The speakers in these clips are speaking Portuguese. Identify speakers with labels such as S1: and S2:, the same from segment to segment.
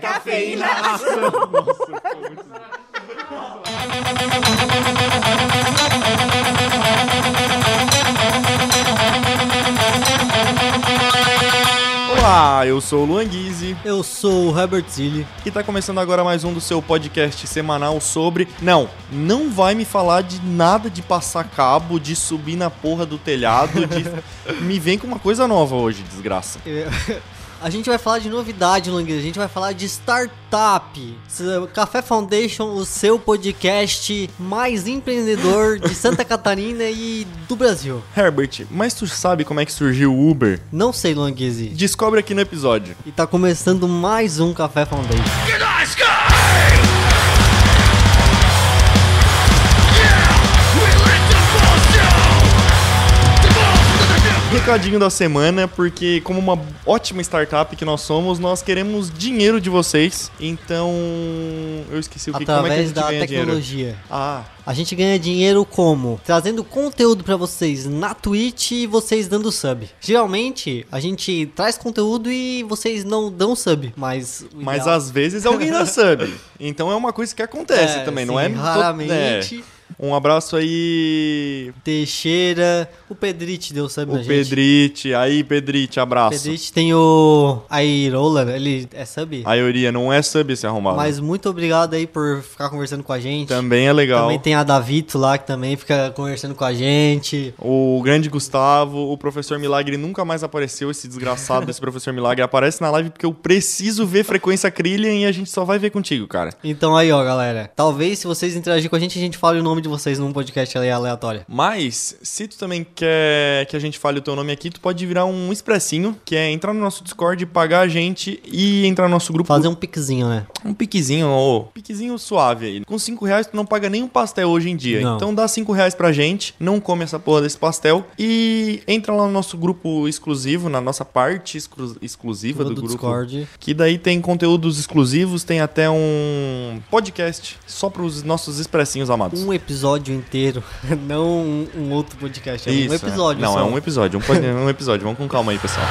S1: cafeína.
S2: Olá, eu sou o Luan Guizzi
S3: Eu sou o Herbert Zilli.
S2: e tá começando agora mais um do seu podcast semanal sobre. Não, não vai me falar de nada de passar cabo, de subir na porra do telhado, de. me vem com uma coisa nova hoje, desgraça.
S3: É, A gente vai falar de novidade, Languinho. A gente vai falar de startup. S- Café Foundation, o seu podcast mais empreendedor de Santa Catarina e do Brasil.
S2: Herbert, mas tu sabe como é que surgiu o Uber?
S3: Não sei, Languizzi.
S2: Descobre aqui no episódio.
S3: E tá começando mais um Café Foundation.
S2: Recadinho da semana, porque como uma ótima startup que nós somos, nós queremos dinheiro de vocês. Então, eu esqueci o que como é que a
S3: Através
S2: gente
S3: da
S2: ganha dinheiro.
S3: tecnologia.
S2: Ah,
S3: A gente ganha dinheiro como? Trazendo conteúdo pra vocês na Twitch e vocês dando sub. Geralmente, a gente traz conteúdo e vocês não dão sub, mas... o
S2: Mas
S3: ideal-
S2: às vezes alguém não sabe. Então é uma coisa que acontece também, não
S3: sim,
S2: é? to-
S3: Raramente.
S2: é. Um abraço aí,
S3: Teixeira. O Pedrite deu sub
S2: o
S3: na gente.
S2: Pedrite. Aí, Pedrite, abraço.
S3: Pedrite tem o Airola, ele é sub.
S2: A Ioria não é sub esse arrombado.
S3: Mas muito obrigado aí por ficar conversando com a gente.
S2: Também é legal.
S3: Também tem a Davito lá que também fica conversando com a gente.
S2: O grande Gustavo, o professor Milagre nunca mais apareceu. Esse desgraçado esse professor Milagre aparece na live porque eu preciso ver frequência Krillian e a gente só vai ver contigo, cara.
S3: Então aí, ó, galera. Talvez se vocês interagirem com a gente, a gente fale o nome de vocês num podcast ale- aleatório.
S2: Mas, se tu também quer que a gente fale o teu nome aqui, tu pode virar um expressinho, que é entrar no nosso Discord, pagar a gente e entrar no nosso grupo
S3: Fazer um piquezinho, né?
S2: Um piquezinho, ô. Piquezinho suave aí. Com 5 reais tu não paga nem um pastel hoje em dia.
S3: Não.
S2: Então dá 5 reais pra gente, não come essa porra desse pastel e entra lá no nosso grupo exclusivo, na nossa parte exclu- exclusiva do,
S3: do
S2: grupo.
S3: Discord.
S2: Que daí tem conteúdos exclusivos, tem até um podcast só pros nossos expressinhos amados.
S3: Um episódio inteiro, não um, um outro podcast. É um
S2: Isso, é.
S3: episódio
S2: Não,
S3: só.
S2: é um episódio. Um, pod- um episódio. Vamos com calma aí, pessoal.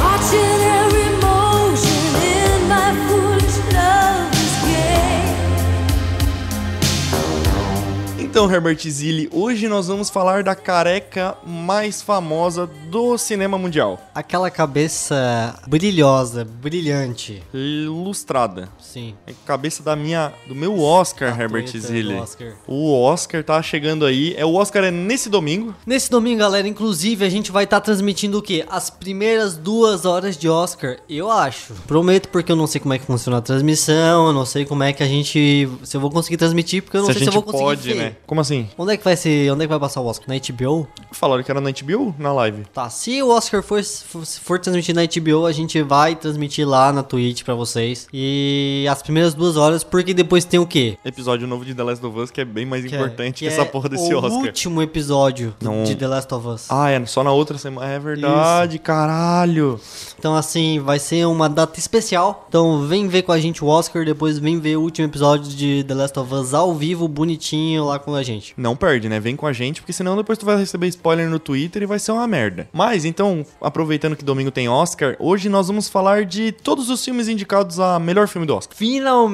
S4: Watching every motion in my foolish lover's game.
S2: Então, Herbert Zilli, hoje nós vamos falar da careca mais famosa do cinema mundial.
S3: Aquela cabeça brilhosa, brilhante.
S2: Ilustrada.
S3: Sim.
S2: É cabeça da minha, do meu Oscar, Herbert
S3: Estatueta do
S2: Zilli.
S3: Oscar.
S2: O Oscar tá chegando aí. É o Oscar é nesse domingo.
S3: Nesse domingo, galera, inclusive, a gente vai estar transmitindo o quê? As primeiras duas horas de Oscar, eu acho. Prometo, porque eu não sei como é que funciona a transmissão, eu não sei como é que a gente. Se eu vou conseguir transmitir, porque eu não
S2: se a
S3: sei se
S2: gente
S3: eu vou conseguir.
S2: pode,
S3: ver.
S2: né? Como assim?
S3: Onde é que vai ser. Onde é que vai passar o Oscar? Na HBO?
S2: Falaram que era na HBO na live.
S3: Tá, se o Oscar for, se for transmitido na HBO, a gente vai transmitir lá na Twitch pra vocês. E as primeiras duas horas, porque depois tem o quê?
S2: Episódio novo de The Last of Us que é bem mais
S3: Que é-
S2: importante que, essa
S3: é
S2: porra desse
S3: o
S2: Oscar.
S3: último episódio
S2: Não.
S3: de The Last of Us.
S2: Ah, é só na outra semana. É verdade, caralho.
S3: Então, assim, vai ser uma data especial. Então, vem ver com a gente o Oscar, depois vem ver o último episódio de The Last of Us ao vivo, bonitinho, lá com a gente.
S2: Não perde, né? Vem com a gente, porque senão depois tu vai receber spoiler no Twitter e vai ser uma merda. Mas então, aproveitando que domingo tem Oscar, hoje nós vamos falar de todos os filmes indicados a melhor filme do Oscar.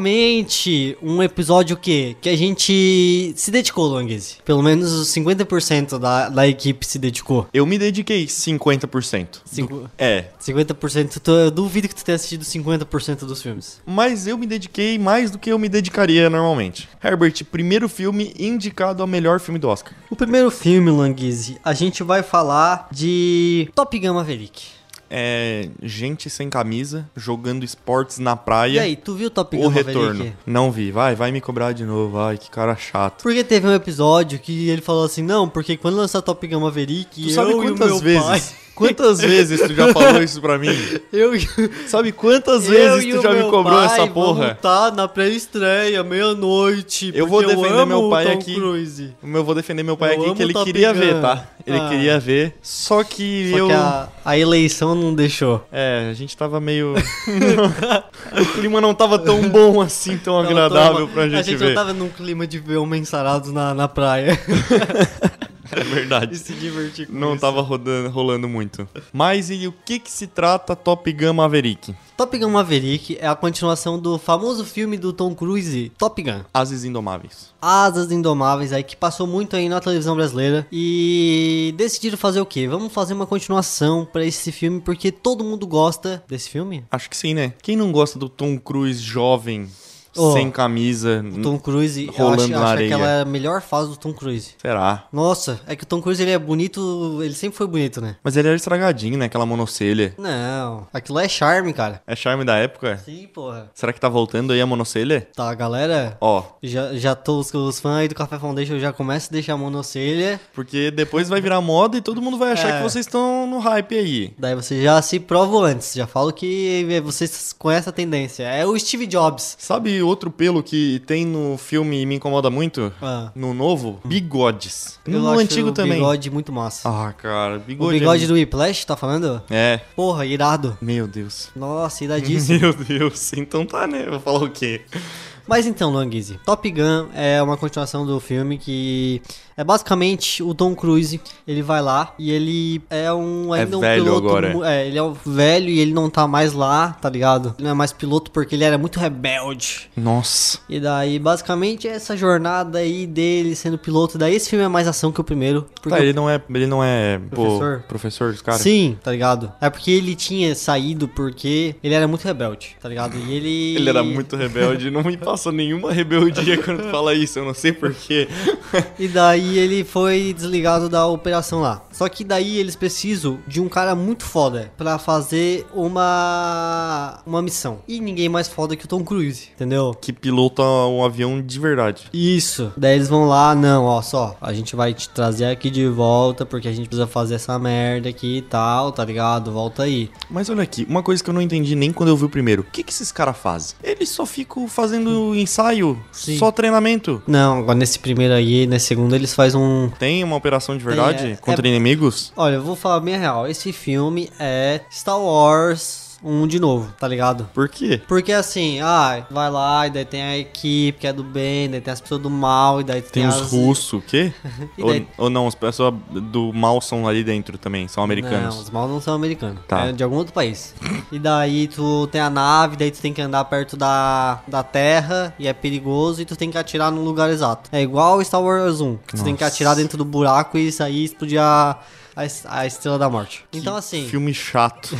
S3: Finalmente, um episódio que, que a gente se dedicou, Longuese. Pelo menos os 50% da, da equipe se dedicou.
S2: Eu me dediquei 50%.
S3: Cinco-
S2: É,
S3: 50%, tu- eu duvido que tu tenha assistido 50% dos filmes.
S2: mas eu me dediquei mais do que eu me dedicaria normalmente. Herbert, primeiro filme indicado ao melhor filme do Oscar.
S3: O primeiro filme, Languise, a gente vai falar de Top Gun Maverick.
S2: É gente sem camisa jogando esportes na
S3: E
S2: praia.
S3: aí, tu viu Top Gun
S2: o
S3: Maverick?
S2: retorno. Não vi. Vai, vai me cobrar de novo. Ai, que cara chato.
S3: Porque teve um episódio que ele falou assim, não, porque quando lançar Top Gun Maverick,
S2: Tu
S3: eu
S2: sabe
S3: e o
S2: quantas
S3: meu
S2: vezes
S3: pai...
S2: Quantas vezes tu já falou isso pra mim?
S3: Eu,
S2: Sabe quantas
S3: eu
S2: vezes
S3: e
S2: tu
S3: o
S2: já me
S3: meu
S2: cobrou
S3: pai
S2: essa porra?
S3: vamos Tá na pré-estreia, meia-noite.
S2: Eu vou
S3: porque
S2: defender
S3: amo
S2: meu pai
S3: o Tom
S2: aqui.
S3: Cruise.
S2: Eu vou defender meu pai
S3: Eu
S2: aqui
S3: amo
S2: que ele
S3: Top
S2: queria
S3: Gun.
S2: ver, tá? Ele
S3: Ah.
S2: queria ver, só que
S3: Só
S2: eu...
S3: que a, a eleição não deixou.
S2: É, a gente tava meio... o clima não tava tão bom assim, tão
S3: Ela
S2: agradável
S3: tava-
S2: pra gente,
S3: A gente
S2: ver.
S3: não tava num clima de ver homens sarados na, na praia
S2: É
S3: e
S2: verdade.
S3: se divertir com
S2: Não
S3: isso.
S2: tava rodando, rolando muito. Mas e o que que se trata Top Gun Maverick?
S3: Top Gun Maverick é a continuação do famoso filme do Tom Cruise, Top Gun.
S2: Ases Indomáveis.
S3: Asas Indomáveis aí, que passou muito aí na televisão brasileira. E decidiram fazer o quê? Vamos fazer uma continuação pra esse filme, porque todo mundo gosta desse filme.
S2: Acho que sim, né? Quem não gosta do Tom Cruise jovem,
S3: Oh,
S2: sem camisa? n-
S3: Tom Cruise,
S2: Hum, Rolando
S3: eu acho,
S2: na
S3: acho
S2: areia.
S3: aquela a melhor fase do Tom Cruise.
S2: Será?
S3: Nossa, é que o Tom Cruise ele é bonito, ele sempre foi bonito, né?
S2: Mas ele era estragadinho, né? Aquela monocelha.
S3: Não, aquilo é charme, cara.
S2: É charme da época?
S3: Sim, porra.
S2: Será que tá voltando aí a monocelha?
S3: Tá, galera,
S2: Ó,
S3: já, já tô os, os fãs aí do Café Foundation, já começa a deixar a monocelha.
S2: porque depois vai virar moda e todo mundo vai achar
S3: É.
S2: que vocês estão no hype aí.
S3: Daí você já se prova antes, já falo que vocês conhecem a tendência. É o Steve Jobs.
S2: Sabe outro pelo que tem no filme e me incomoda muito?
S3: Ah.
S2: No novo? Bigodes.
S3: Eu
S2: no
S3: acho
S2: antigo
S3: o
S2: também.
S3: bigode muito massa.
S2: Ah, cara, bigode.
S3: o
S2: é
S3: bigode
S2: muito-
S3: do Whiplash, tá falando?
S2: É.
S3: Porra, irado.
S2: Meu Deus.
S3: Nossa, iradíssimo.
S2: Meu Deus. Então tá, né? Eu Vou falar o quê?
S3: Mas então, Luanguise, Top Gun é uma continuação do filme que é basicamente o Tom Cruise. Ele vai lá e ele é um
S2: É
S3: ainda um
S2: velho
S3: piloto.
S2: agora.
S3: mu- É, ele é um velho e ele não tá mais lá, tá ligado? Ele não é mais piloto porque ele era muito rebelde.
S2: Nossa.
S3: E daí, basicamente, é essa jornada aí dele sendo piloto. Daí esse filme é mais ação que o primeiro. Porque
S2: Tá, ele não é. Ele não é. Professor?
S3: Professor?
S2: Pô, professor dos caras?
S3: Sim, tá ligado? É porque ele tinha saído porque ele era muito rebelde, tá ligado? E ele.
S2: Ele era muito rebelde, não me passa nenhuma rebeldia quando tu fala isso, eu não sei porquê.
S3: E daí ele foi desligado da operação lá. Só que daí eles precisam de um cara muito foda pra fazer uma. uma missão. E ninguém mais foda que o Tom Cruise, entendeu?
S2: Que pilota um avião de verdade.
S3: Isso. Daí eles vão lá, não, ó, só, a gente vai te trazer aqui de volta, porque a gente precisa fazer essa merda aqui e tal, tá ligado? Volta aí.
S2: Mas olha aqui, uma coisa que eu não entendi nem quando eu vi o primeiro. O que, que esses caras fazem? Eles só ficam fazendo ensaio,
S3: Sim.
S2: só treinamento.
S3: Não, agora nesse primeiro aí, nesse segundo, eles fazem um.
S2: Tem uma operação de verdade
S3: Tem, é-
S2: contra
S3: é-
S2: inimigos?
S3: Olha, eu vou falar bem a real, esse filme é Star Wars 1 de novo, tá ligado?
S2: Por quê?
S3: Porque assim, ah, vai lá, e daí tem a equipe que é do bem, daí tem as pessoas do mal, e daí tem,
S2: Tem os
S3: as...
S2: russos, o quê?
S3: E
S2: ou,
S3: daí-
S2: ou não, as pessoas do mal são ali dentro também, são
S3: Não,
S2: americanos.
S3: os mal não são americanos.
S2: Tá.
S3: É de algum outro país. e daí tu tem a nave, daí tu tem que andar perto da, da terra e é perigoso e tu tem que atirar no lugar exato. É igual Star Wars 1, que tu tem que
S2: Nossa.
S3: atirar dentro do buraco e sair e explodir a, a, es- a estrela da morte. então assim.
S2: Filme chato.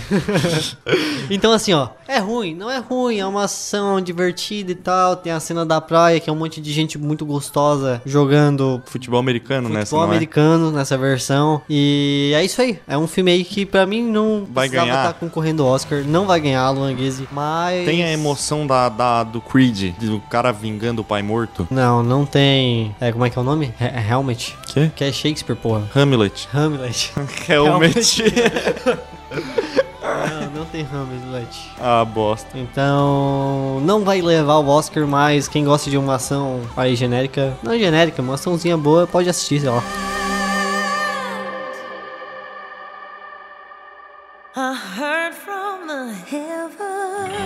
S3: Então assim, ó, é ruim, não é ruim, é uma ação divertida e tal. Tem a cena da praia, que é um monte de gente muito gostosa jogando
S2: Futebol americano
S3: futebol
S2: nessa, não é?
S3: americano nessa versão. E é isso aí. É um filme aí que pra mim não
S2: Vai
S3: precisava
S2: ganhar?
S3: estar concorrendo ao Oscar. Não vai ganhar, Luan Guizzi, mas...
S2: Tem a emoção da, da- do Creed, do cara vingando o pai morto.
S3: Não, não tem... É, como é que é o nome? É, é Helmet.
S2: Quê?
S3: Que é Shakespeare, porra.
S2: Hamlet.
S3: Hamlet.
S2: Helmet.
S3: não, não tem Hamlet.
S2: ah, bosta.
S3: Então, não vai levar o Oscar, mas quem gosta de uma ação aí genérica, não genérica, uma açãozinha boa, pode assistir, sei lá.
S4: I heard from the heavens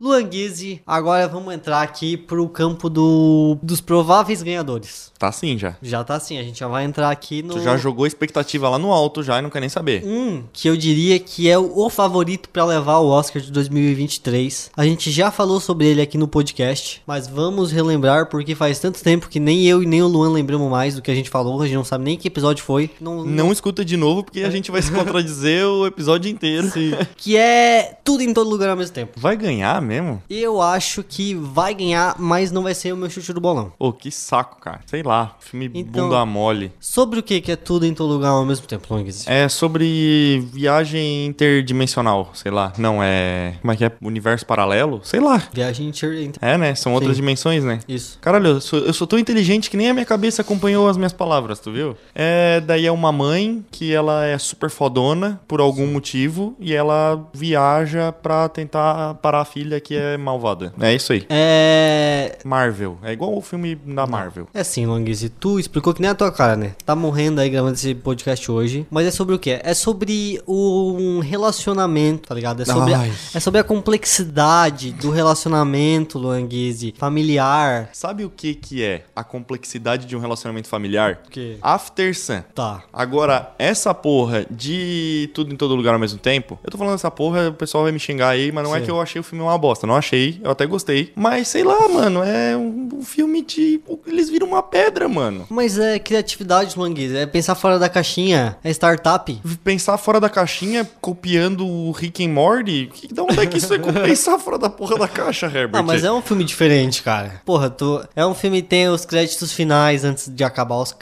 S3: Luan Guizzi, Agora vamos entrar aqui pro campo do, dos prováveis ganhadores.
S2: Tá sim já.
S3: Já tá assim, a gente já vai entrar aqui no.
S2: Tu já jogou a expectativa lá no alto já e não quer nem saber.
S3: Um que eu diria que é o o favorito pra levar o Oscar de 2023. A gente já falou sobre ele aqui no podcast, mas vamos relembrar porque faz tanto tempo que nem eu e nem o Luan lembramos mais do que a gente falou. A gente não sabe nem que episódio foi. Não,
S2: Não escuta de novo porque a gente vai se contradizer o episódio inteiro.
S3: Que é tudo em todo lugar ao mesmo tempo.
S2: Vai ganhar mesmo?
S3: Eu acho que vai ganhar, mas não vai ser o meu chute do bolão.
S2: Ô, que saco, cara. Sei lá, filme
S3: Então-
S2: bunda mole.
S3: Sobre o que que é tudo em todo lugar ao mesmo tempo, Longues?
S2: É sobre viagem interdimensional, sei lá. Não, é. Como é que é? Universo paralelo? Sei lá.
S3: Viagem inter...
S2: É, né? São outras dimensões, né?
S3: Isso.
S2: Caralho, eu sou, eu sou tão inteligente que nem a minha cabeça acompanhou as minhas palavras, tu viu? É, daí é uma mãe que ela é super fodona por algum motivo e ela viaja pra tentar parar a filha que é malvada. É isso aí.
S3: É...
S2: Marvel. É igual o filme da Marvel.
S3: É assim, Longuise, tu explicou que nem a tua cara, né? Tá morrendo aí gravando esse podcast hoje. Mas é sobre o quê? É sobre o- um relacionamento, tá ligado? É sobre, a,
S2: Ai.
S3: é sobre a complexidade do relacionamento, Longuise, familiar.
S2: Sabe o que que é a complexidade de um relacionamento familiar?
S3: O quê?
S2: After Sun.
S3: Tá.
S2: Agora, essa porra de tudo em todo lugar ao mesmo tempo, eu tô falando essa porra, o pessoal vai me xingar aí, mas não é
S3: Sim.
S2: que eu achei o filme uma bosta. Não achei, eu até gostei. Mas sei lá, mano, é um, um filme de. Eles viram uma pedra, mano.
S3: Mas é criatividade, Longuise, é pensar fora da caixinha, é startup.
S2: Pensar fora da caixinha, copiando o Rick and Morty, que- da onde é que isso é pensar fora da porra da caixa, Herbert?
S3: Ah, mas é um filme diferente, cara. Porra, tu... é um filme que tem os créditos finais antes de acabar os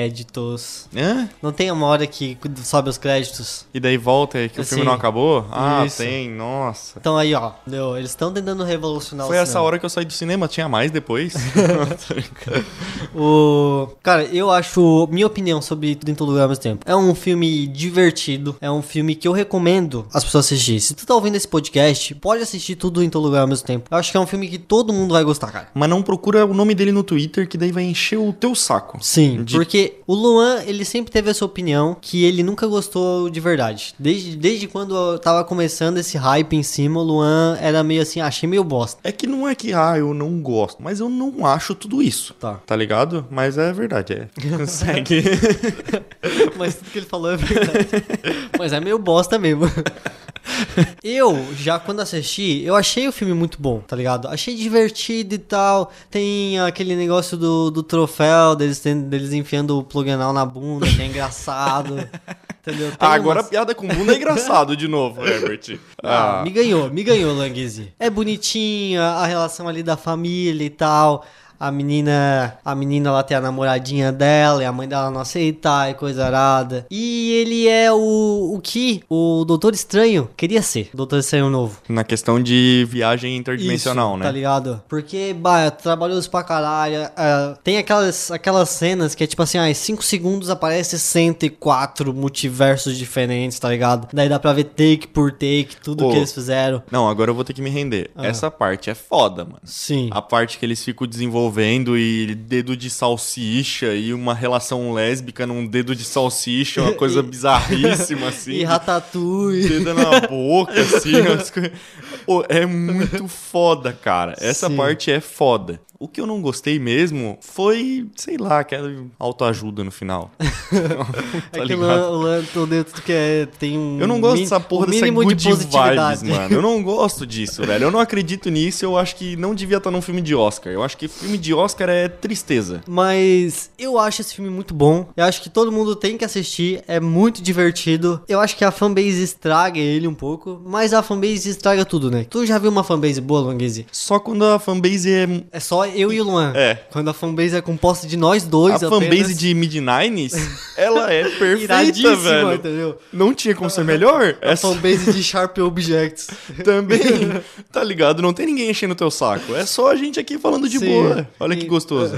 S3: créditos.
S2: Hã?
S3: Não tem uma hora que sobe os créditos?
S2: E daí volta é que o filme
S3: Assim,
S2: não acabou? Ah,
S3: isso.
S2: tem, nossa.
S3: Então aí, ó, deu, eles estão tentando revolucionar
S2: Foi
S3: o
S2: essa
S3: cinema.
S2: hora que eu saí do cinema, tinha mais depois.
S3: O... Cara, eu acho, minha opinião sobre Tudo em Todo Lugar ao mesmo tempo, é um filme divertido, é um filme que eu recomendo as pessoas assistirem. Se tu tá ouvindo esse podcast, pode assistir Tudo em Todo Lugar ao mesmo tempo. Eu acho que é um filme que todo mundo vai gostar, cara.
S2: Mas não procura o nome dele no Twitter, que daí vai encher o teu saco.
S3: Sim,
S2: Hum, De-
S3: porque o Luan, ele sempre teve essa opinião que ele nunca gostou de verdade. Desde, desde quando eu tava começando esse hype em cima, o Luan era meio assim, ah, achei meio bosta.
S2: É que não é que, ah, eu não gosto, mas eu não acho tudo isso.
S3: Tá.
S2: Tá ligado? Mas é verdade, é. Segue.
S3: Mas tudo que ele falou é verdade. Mas é meio bosta mesmo. Eu, já quando assisti, eu achei o filme muito bom, tá ligado? Achei divertido e tal. Tem aquele negócio do, do troféu, deles, ten- deles enfiando o pluginal na bunda, que é engraçado. entendeu? Tem
S2: Ah, agora a
S3: umas-
S2: piada com bunda é engraçado de novo, Herbert.
S3: Ah,
S2: Ah,
S3: me ganhou, me ganhou, Languizzi. É bonitinha a relação ali da família e tal. A menina, a menina lá tem a namoradinha dela e a mãe dela não aceita e coisa arada. E ele é o, o que o Doutor Estranho queria ser. Doutor Estranho novo.
S2: na questão de viagem interdimensional,
S3: Isso,
S2: né?
S3: Tá ligado? Porque, bah, é trabalhoso pra caralho. é, tem aquelas, aquelas cenas que é tipo assim, ah, em 5 segundos aparece 104 multiversos diferentes, tá ligado? Daí dá pra ver take por take, tudo
S2: Ô.
S3: que eles fizeram.
S2: Não, agora eu vou ter que me render. Essa parte é foda, mano.
S3: Ah. Sim.
S2: A parte que eles ficam desenvolvendo e dedo de salsicha e uma relação lésbica num dedo de salsicha, uma coisa bizarríssima, assim.
S3: E Ratatouille.
S2: dedo na boca, assim. umas coi- Pô, é muito foda, cara. Essa
S3: Sim.
S2: parte é foda. O que eu não gostei mesmo foi, sei lá, aquela autoajuda no final.
S3: é
S2: tá
S3: que o
S2: ligado?
S3: Lan, o Lan todo dentro que é, tem um.
S2: Eu não gosto
S3: mi-
S2: dessa porra
S3: um
S2: dessa
S3: mínimo
S2: good
S3: de positividade.
S2: vibes, mano. Eu não gosto disso, velho. Eu não acredito nisso. Eu acho que não devia estar num filme de Oscar. Eu acho que filme de Oscar é tristeza.
S3: Mas eu acho esse filme muito bom. Eu acho que todo mundo tem que assistir. É muito divertido. Eu acho que a fanbase estraga ele um pouco. Mas a fanbase estraga tudo, né? Tu já viu uma fanbase boa, Longuese?
S2: Só quando a fanbase é
S3: É só eu e o Luan.
S2: É.
S3: Quando a fanbase é composta de nós dois,
S2: a fanbase de Midnines, ela é perfeita,
S3: Iradíssima,
S2: velho.
S3: entendeu?
S2: Não tinha como ser melhor? É
S3: A
S2: Essa
S3: fanbase de Sharp Objects.
S2: também, tá ligado? Não tem ninguém enchendo o teu saco. É só a gente aqui falando de
S3: Sim.
S2: boa. Olha
S3: E- é.
S2: que gostoso.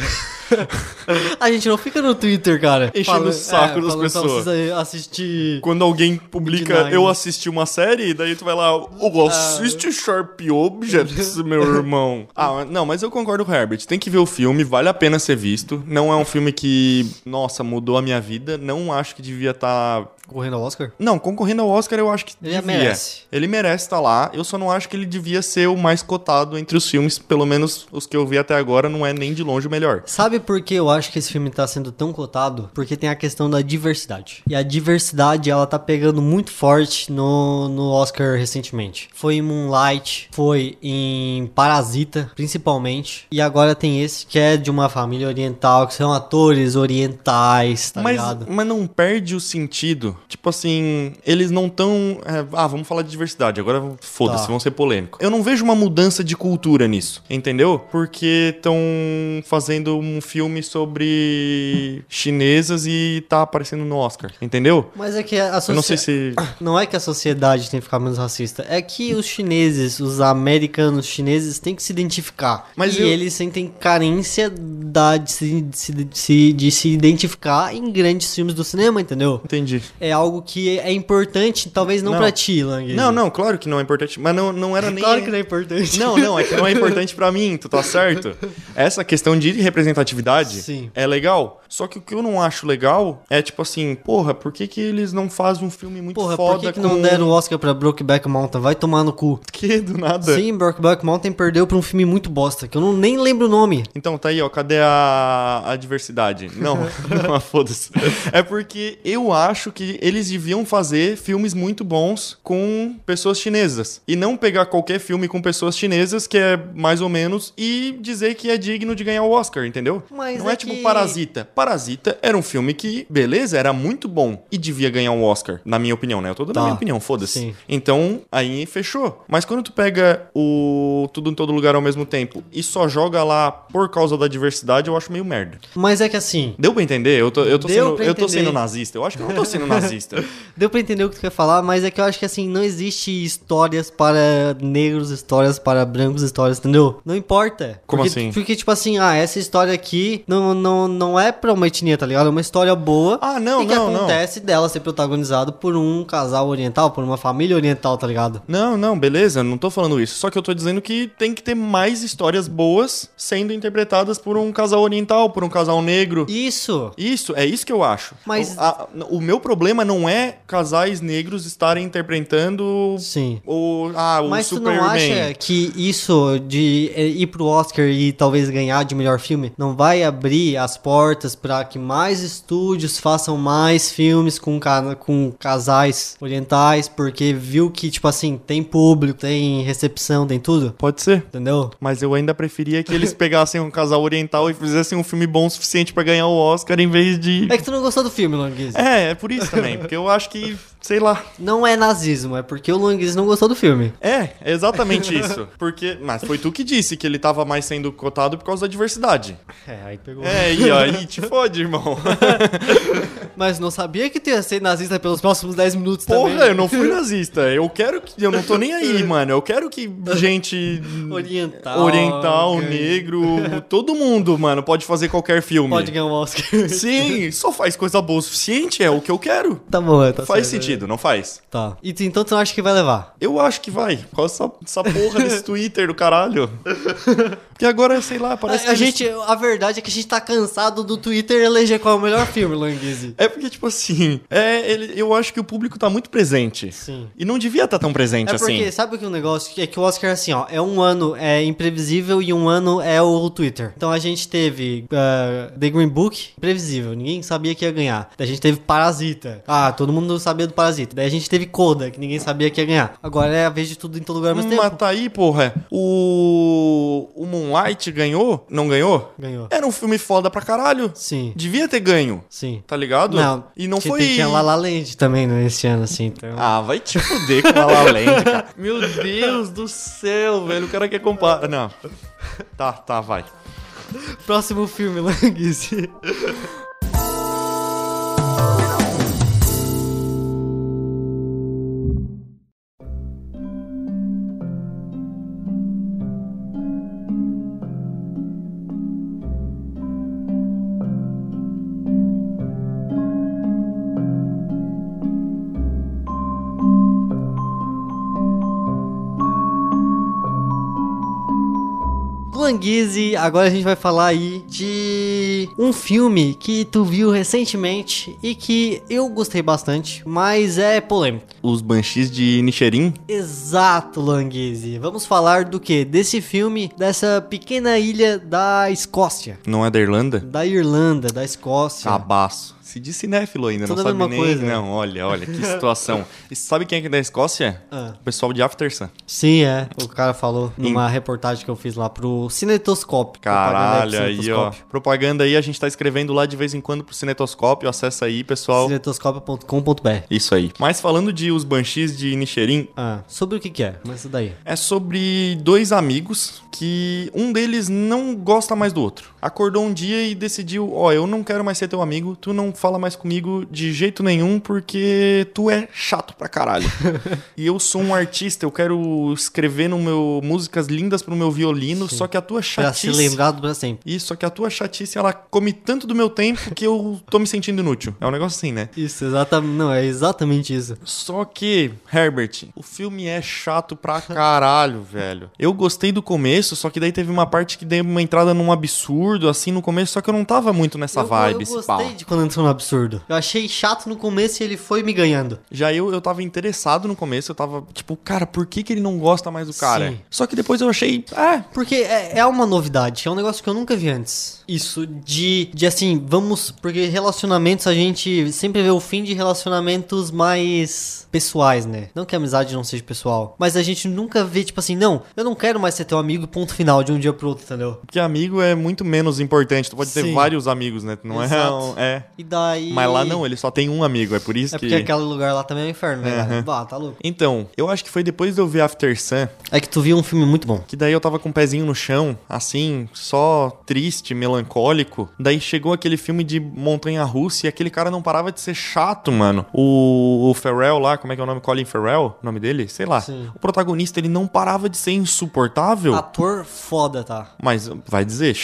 S3: A gente não fica no Twitter, cara.
S2: Enchendo
S3: falando-
S2: o saco das
S3: falando pra
S2: pessoas.
S3: vocês assistir
S2: Quando alguém publica
S3: Midnines.
S2: eu assisti uma série, daí tu vai lá,
S3: Ah.
S2: ô, assiste Sharp Objects, meu irmão. Ah, mas- não, mas eu concordo com o Herbert. Tem que ver o filme, vale a pena ser visto. Não é um filme que, nossa, mudou a minha vida. Não acho que devia estar
S3: Correndo ao Oscar?
S2: Não, concorrendo ao Oscar eu acho que
S3: Ele
S2: devia.
S3: merece.
S2: Ele merece estar lá. Eu só não acho que ele devia ser o mais cotado entre os filmes, pelo menos os que eu vi até agora, não é nem de longe o melhor.
S3: Sabe por que eu acho que esse filme tá sendo tão cotado? Porque tem a questão da diversidade. E a diversidade, ela tá pegando muito forte no, no Oscar recentemente. Foi em Moonlight, foi em Parasita, principalmente. E agora tem esse, que é de uma família oriental, que são atores orientais, tá
S2: mas,
S3: ligado?
S2: mas não perde o sentido. Tipo assim, eles não tão. é, ah, vamos falar de diversidade. Agora foda-se,
S3: Tá.
S2: vão ser polêmicos. Eu não vejo uma mudança de cultura nisso, entendeu? Porque estão fazendo um filme sobre chinesas e tá aparecendo no Oscar, entendeu?
S3: Mas é que a
S2: Eu não sei
S3: socie-
S2: se.
S3: Não é que a sociedade tem que ficar menos racista, é que os chineses, os americanos chineses têm que se identificar.
S2: Mas
S3: e
S2: eu-
S3: eles sentem carência da, de, se, de, se, de se- de se identificar em grandes filmes do cinema, entendeu?
S2: Entendi.
S3: É algo que é importante, talvez não,
S2: Não.
S3: pra ti, Lang.
S2: Não, não, claro que não é importante. Mas não, não era nem.
S3: Claro que não é importante.
S2: Não, não, é que não é importante pra mim, tu tá certo? Essa questão de representatividade
S3: Sim.
S2: é legal. Só que o que eu não acho legal é tipo assim, porra, por que, que eles não fazem um filme muito
S3: Porra,
S2: foda
S3: por que, que
S2: com
S3: não deram o Oscar pra Brokeback Mountain? Vai tomar no cu.
S2: que do nada?
S3: Sim, Brokeback Mountain perdeu pra um filme muito bosta, que eu não, nem lembro o nome.
S2: Então, tá aí, ó, cadê a, a diversidade? Não, não, ah, foda-se. É porque eu acho que eles deviam fazer filmes muito bons com pessoas chinesas. E não pegar qualquer filme com pessoas chinesas, que é mais ou menos, e dizer que é digno de ganhar o Oscar, entendeu?
S3: Mas
S2: não é,
S3: é
S2: tipo
S3: que-
S2: Parasita. Parasita era um filme que, beleza, era muito bom e devia ganhar um Oscar, na minha opinião, né? Eu tô dando
S3: Tá.
S2: a minha opinião, foda-se.
S3: Sim.
S2: Então, aí fechou. Mas quando tu pega o tudo em todo lugar ao mesmo tempo e só joga lá por causa da diversidade, eu acho meio merda.
S3: Mas é que assim,
S2: Deu pra entender? Eu tô, eu tô,
S3: Deu
S2: sendo,
S3: pra
S2: eu tô
S3: entender.
S2: sendo nazista. Eu acho que eu não tô sendo nazista.
S3: Deu pra entender o que tu quer falar, mas é que eu acho que assim, não existe histórias para negros, histórias para brancos, histórias, entendeu? Não importa.
S2: Como
S3: Porque-
S2: assim?
S3: Porque, tipo assim, ah, essa história aqui não, não, não é pra uma etnia, tá ligado? É uma história boa.
S2: Ah, não,
S3: e que
S2: não, não.
S3: acontece dela ser protagonizado por um casal oriental, por uma família oriental, tá ligado?
S2: Não, não, beleza, não tô falando isso. Só que eu tô dizendo que tem que ter mais histórias boas sendo interpretadas por um casal oriental, por um casal negro.
S3: Isso.
S2: Isso, é isso que eu acho.
S3: Mas-
S2: O, a- o meu problema não é casais negros estarem interpretando
S3: Sim.
S2: o, ah, o
S3: Mas tu
S2: Superman.
S3: não acha que isso de eh, ir pro Oscar e talvez ganhar de melhor filme não vai abrir as portas pra que mais estúdios façam mais filmes com, ca- com casais orientais? Porque viu que, tipo assim, tem público, tem recepção, tem tudo,
S2: Pode ser.
S3: entendeu?
S2: Mas eu ainda preferia que eles pegassem um casal oriental e fizessem um filme bom o suficiente pra ganhar o Oscar em vez de.
S3: É que tu não gostou do filme, Longuiz.
S2: É, é por isso também. Porque eu acho que, sei lá.
S3: Não é nazismo, é porque o Longuiz não gostou do filme.
S2: É, é exatamente isso. Porque. Mas foi tu que disse que ele tava mais sendo cotado por causa da diversidade.
S3: É, aí pegou.
S2: É, e aí te fode, irmão.
S3: Mas não sabia que tu ia ser nazista pelos próximos 10 minutos também.
S2: Porra, eu não fui nazista. Eu quero que. Eu não tô nem aí, mano. Eu quero que gente.
S3: Oriental.
S2: Oriental,
S3: ganhe-
S2: negro. Todo mundo, mano, pode fazer qualquer filme.
S3: Pode ganhar um Oscar.
S2: Sim, só faz coisa boa o suficiente, é o que eu quero.
S3: Tá bom, é, tá
S2: faz
S3: certo, é.
S2: sentido, não faz?
S3: Tá. E tu, então tu não acha que vai levar?
S2: Eu acho que vai. Qual essa, essa porra desse Twitter do caralho? Porque agora, sei lá, parece
S3: a,
S2: que.
S3: a
S2: eles-
S3: gente, a verdade é que a gente tá cansado do Twitter eleger qual é o melhor filme, Languizzi.
S2: É porque, tipo assim, é, ele, eu acho que o público tá muito presente.
S3: Sim.
S2: E não devia estar tão presente
S3: É
S2: assim.
S3: porque, sabe o que o negócio? É que o Oscar, assim, ó, é um ano é imprevisível e um ano é o Twitter. Então a gente teve ah, The Green Book, imprevisível, ninguém sabia que ia ganhar. Daí a gente teve Parasita. Ah, todo mundo sabia do Parasita. Daí a gente teve Coda, que ninguém sabia que ia ganhar. Agora é a vez de tudo em todo lugar ao mesmo
S2: Mas
S3: tempo.
S2: tá aí, porra. O. O Moonlight ganhou? Não ganhou?
S3: Ganhou.
S2: Era um filme foda pra caralho.
S3: Sim,
S2: Devia ter ganho.
S3: sim.
S2: Tá ligado? E não
S3: tinha-
S2: foi.
S3: Tinha La La Land também né, esse ano, assim, então...
S2: Ah, vai te fuder com a La La Land, cara. Meu Deus do céu, velho. O cara quer comparar. Não. Tá, tá, vai.
S3: Próximo filme, Languizzi. Guanguizi, agora a gente vai falar aí de um filme que tu viu recentemente e que eu gostei bastante, mas é polêmico.
S2: Os Banshees de Nichirin?
S3: Exato, Languise. Vamos falar do que? Desse filme, dessa pequena ilha da Escócia.
S2: Não é da Irlanda?
S3: Da Irlanda, da
S2: É.
S3: Escócia.
S2: Cabaço. Se diz cinéfilo ainda, não
S3: Tudo a
S2: sabe
S3: mesma
S2: nem...
S3: coisa.
S2: Não, olha, olha, que situação. E sabe quem é que é da Escócia?
S3: Ah.
S2: O pessoal de After Sun.
S3: Sim, é. O cara falou numa reportagem que eu fiz lá pro Cinetoscópio.
S2: Caralho,
S3: Propaganda
S2: aí, ó.
S3: Cinetoscópio.
S2: Propaganda aí, a gente tá escrevendo lá de vez em quando pro Cinetoscópio. Acessa aí, pessoal.
S3: Cinetoscópio.com.br
S2: Isso aí. Mas falando de Os Banshees de Nichirin,
S3: Ah, sobre o que que é? Mas isso daí.
S2: é sobre dois amigos que um deles não gosta mais do outro. Acordou um dia e decidiu: Ó, eu não quero mais ser teu amigo, tu não fala mais comigo de jeito nenhum porque tu é chato pra caralho. e eu sou um artista, eu quero escrever no meu músicas lindas pro meu violino, só que a tua
S3: Pra se
S2: chatice.
S3: lembrar do pra sempre.
S2: Isso, só que a tua chatice, ela come tanto do meu tempo que eu tô me sentindo inútil. É um negócio assim, né?
S3: Isso, exatamente. Não, é exatamente isso.
S2: Só que, Herbert, o filme é chato pra caralho, velho. Eu gostei do começo, só que daí teve uma parte que deu uma entrada num absurdo, assim, no começo, só que eu não tava muito nessa
S3: eu,
S2: vibe,
S3: eu
S2: esse
S3: gostei
S2: pau.
S3: de quando entrou no absurdo. Eu achei chato no começo e ele foi me ganhando.
S2: Já eu, eu tava interessado no começo, eu tava tipo, cara, por que, que ele não gosta mais do cara?
S3: Sim.
S2: Só que depois eu achei, é,
S3: Porque é, é uma novidade, é um negócio que eu nunca vi antes. Isso de, de assim, vamos. Porque relacionamentos a gente sempre vê o fim de relacionamentos mais pessoais, né? Não que a amizade não seja pessoal, mas a gente nunca vê, tipo assim, não, eu não quero mais ser teu amigo, ponto final, de um dia pro outro, entendeu?
S2: porque amigo é muito menos importante. Tu pode ter
S3: Sim.
S2: vários amigos, né? Tu Não
S3: Exato.
S2: é, um- é.
S3: E daí.
S2: Mas lá não, ele só tem um amigo, é por isso
S3: É
S2: que.
S3: porque aquele lugar lá também é um inferno, né? cara? Bah, tá louco.
S2: Então, eu acho que foi depois de eu ver After Sun
S3: É que tu viu um filme muito bom.
S2: Que daí eu tava com o pezinho no chão, assim, só triste, melancólico. Daí chegou aquele filme de Montanha Russa e aquele cara não parava de ser chato, mano. O, o Ferrell lá, como é que é o nome? Colin Ferrell? O nome dele? Sei lá.
S3: Sim.
S2: O protagonista, ele não parava de ser insuportável.
S3: Ator foda, tá?
S2: Mas vai dizer,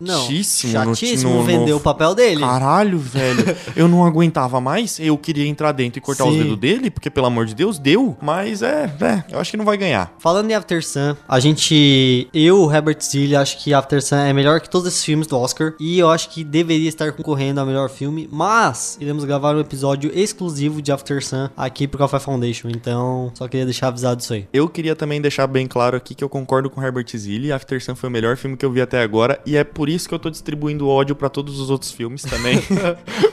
S3: Não.
S2: chatíssimo. no-
S3: chatíssimo
S2: no- no-
S3: vendeu o papel dele.
S2: Caralho, velho. eu não aguentava mais. Eu queria entrar dentro e cortar os
S3: Sim.
S2: dedos dele, porque pelo amor de Deus, deu. Mas é, é, eu acho que não vai ganhar.
S3: Falando em After Sun, a gente. Eu, o Herbert Zilli, acho que After Sun é melhor que todos esses filmes do Oscar. E eu acho que deveria estar concorrendo ao melhor filme. Mas iremos gravar um episódio exclusivo de After Sun aqui pro Café Foundation. Então, só queria deixar avisado isso aí.
S2: Eu queria também deixar bem claro aqui que eu concordo com Herbert Zilli. After Sun foi o melhor filme que eu vi até agora e é por isso que eu tô distribuindo ódio pra todos os outros filmes também,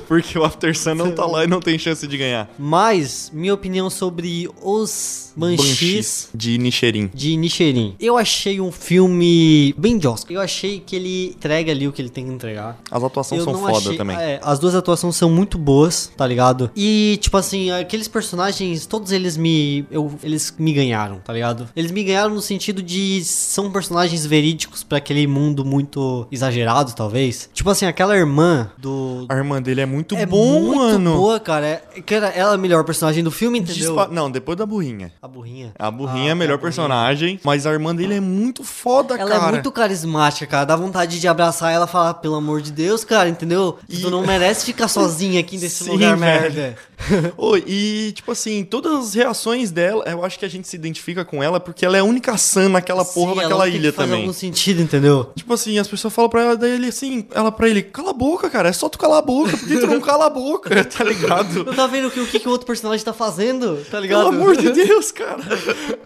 S2: porque o After Sun não tá lá e não tem chance de ganhar.
S3: Mas, minha opinião sobre os Banshees.
S2: de Nichirin.
S3: de Nichirin. Eu achei um filme bem de Oscar. Eu achei que ele entrega ali o que ele tem que entregar.
S2: As atuações
S3: Eu
S2: são
S3: não
S2: foda
S3: achei-
S2: também.
S3: é, as duas atuações são muito boas, tá ligado? E, tipo assim, aqueles personagens, todos eles me. eu- eles me ganharam, tá ligado? Eles me ganharam no sentido de são personagens verídicos pra aquele mundo muito exagerado, talvez. Tipo assim, aquela irmã do.
S2: A irmã dele é muito
S3: é
S2: bom,
S3: muito
S2: mano.
S3: boa, cara. É- cara, ela é a melhor personagem do filme, entendeu?
S2: Dispa- Não, depois da burrinha.
S3: A burrinha.
S2: A burrinha
S3: Ah,
S2: é a melhor
S3: a burrinha.
S2: personagem, mas a irmã dele é muito foda,
S3: Ela
S2: cara.
S3: é muito carismática, cara. Dá vontade de abraçar ela e falar, pelo amor de Deus, cara, entendeu?
S2: E-
S3: Tu não merece ficar sozinha aqui nesse
S2: Sim,
S3: lugar
S2: velho.
S3: merda.
S2: Ô, e, tipo assim, todas as reações dela, eu acho que a gente se identifica com ela porque ela é a única sã naquela porra
S3: Sim, ela
S2: daquela
S3: tem que
S2: ilha
S3: fazer
S2: também.
S3: algum sentido, entendeu?
S2: Tipo assim, as pessoas falam pra ela, daí ele assim, ela pra ele, cala a boca, cara, é só tu calar a boca, por que tu não cala a boca, tá ligado?
S3: Tu tá vendo que- o que, que o outro personagem tá fazendo, tá ligado?
S2: Pelo amor de Deus, cara.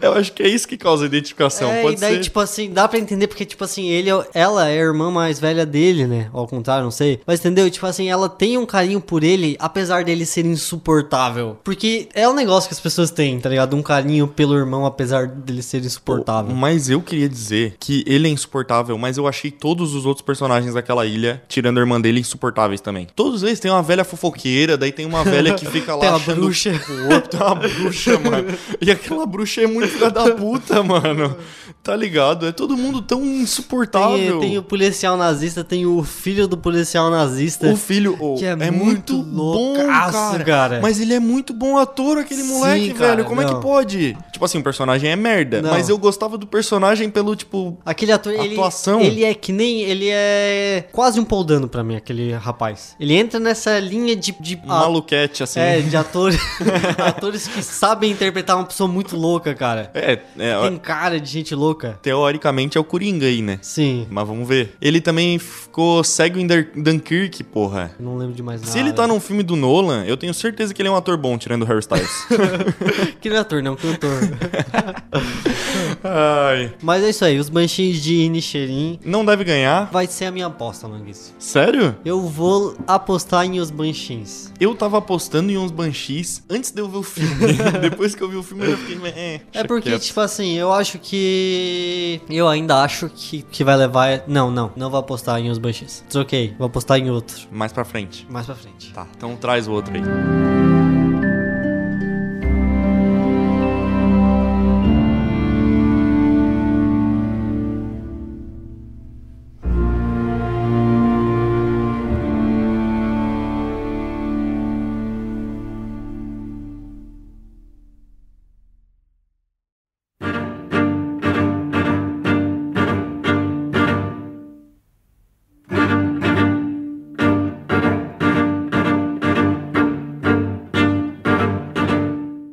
S2: Eu acho que é isso que causa identificação,
S3: É,
S2: pode
S3: e daí,
S2: ser.
S3: tipo assim, dá pra entender porque, tipo assim, ele, é- ela é a irmã mais velha dele, né? Ou Ao contrário, não sei. Mas entendeu? Tipo assim, ela tem um carinho por ele, apesar dele ser insuportável. Porque é um negócio que as pessoas têm, tá ligado? Um carinho pelo irmão, apesar dele ser insuportável.
S2: Mas eu queria dizer que ele é insuportável, mas eu achei todos os outros personagens daquela ilha, tirando a irmã dele, insuportáveis também. Todos eles tem uma velha fofoqueira, daí tem uma velha que fica lá
S3: Tem uma
S2: achando
S3: bruxa.
S2: o outro, tem uma bruxa, mano. E aquela bruxa é muito filha da puta, mano. Tá ligado? É todo mundo tão
S3: Tem,
S2: insuportável.
S3: tem o policial nazista, tem o filho do policial nazista.
S2: O filho ô,
S3: Que é
S2: é,
S3: muito
S2: muito, bom,
S3: loucaço,
S2: cara.
S3: cara.
S2: Mas ele é muito bom ator, aquele
S3: Sim,
S2: moleque,
S3: cara,
S2: velho. Como é
S3: não.
S2: que pode? Tipo Tipo assim, o personagem é merda.
S3: Não.
S2: Mas eu gostava do personagem pelo, tipo.
S3: Aquele ator, ele,
S2: Atuação.
S3: ele é que nem, ele é quase um Paul Dano pra mim, aquele rapaz. Ele entra nessa linha de, de
S2: Um
S3: a-
S2: Maluquete, assim.
S3: Ah. é, de atores, atores que sabem interpretar uma pessoa muito louca, cara.
S2: É, é, ó,
S3: Tem cara de gente louca.
S2: teoricamente é o Coringa aí, né?
S3: Sim,
S2: Mas vamos ver. Ele também ficou cego em Dun- Dunkirk, porra.
S3: não lembro de mais nada.
S2: Se ele tá num filme do Nolan, eu tenho certeza que ele é um ator bom, tirando o Harry Styles.
S3: Que não é ator, não, cantor.
S2: Ai.
S3: Mas é isso aí, os banchinhos de Inisherin
S2: Não deve ganhar.
S3: vai ser a minha aposta, Manguice.
S2: Sério?
S3: Eu vou apostar em os banchins.
S2: Eu tava apostando em uns Banshees antes de eu ver o filme. Depois que eu vi o filme, eu já fiquei... É,
S3: É
S2: deixa
S3: porque,
S2: quieto.
S3: tipo assim, eu acho que. Eu ainda acho que, que vai levar. Não, não, não vou apostar em os banshees. Troquei, vou apostar em outro.
S2: Mais pra frente.
S3: Mais pra frente.
S2: Tá, então traz o outro aí.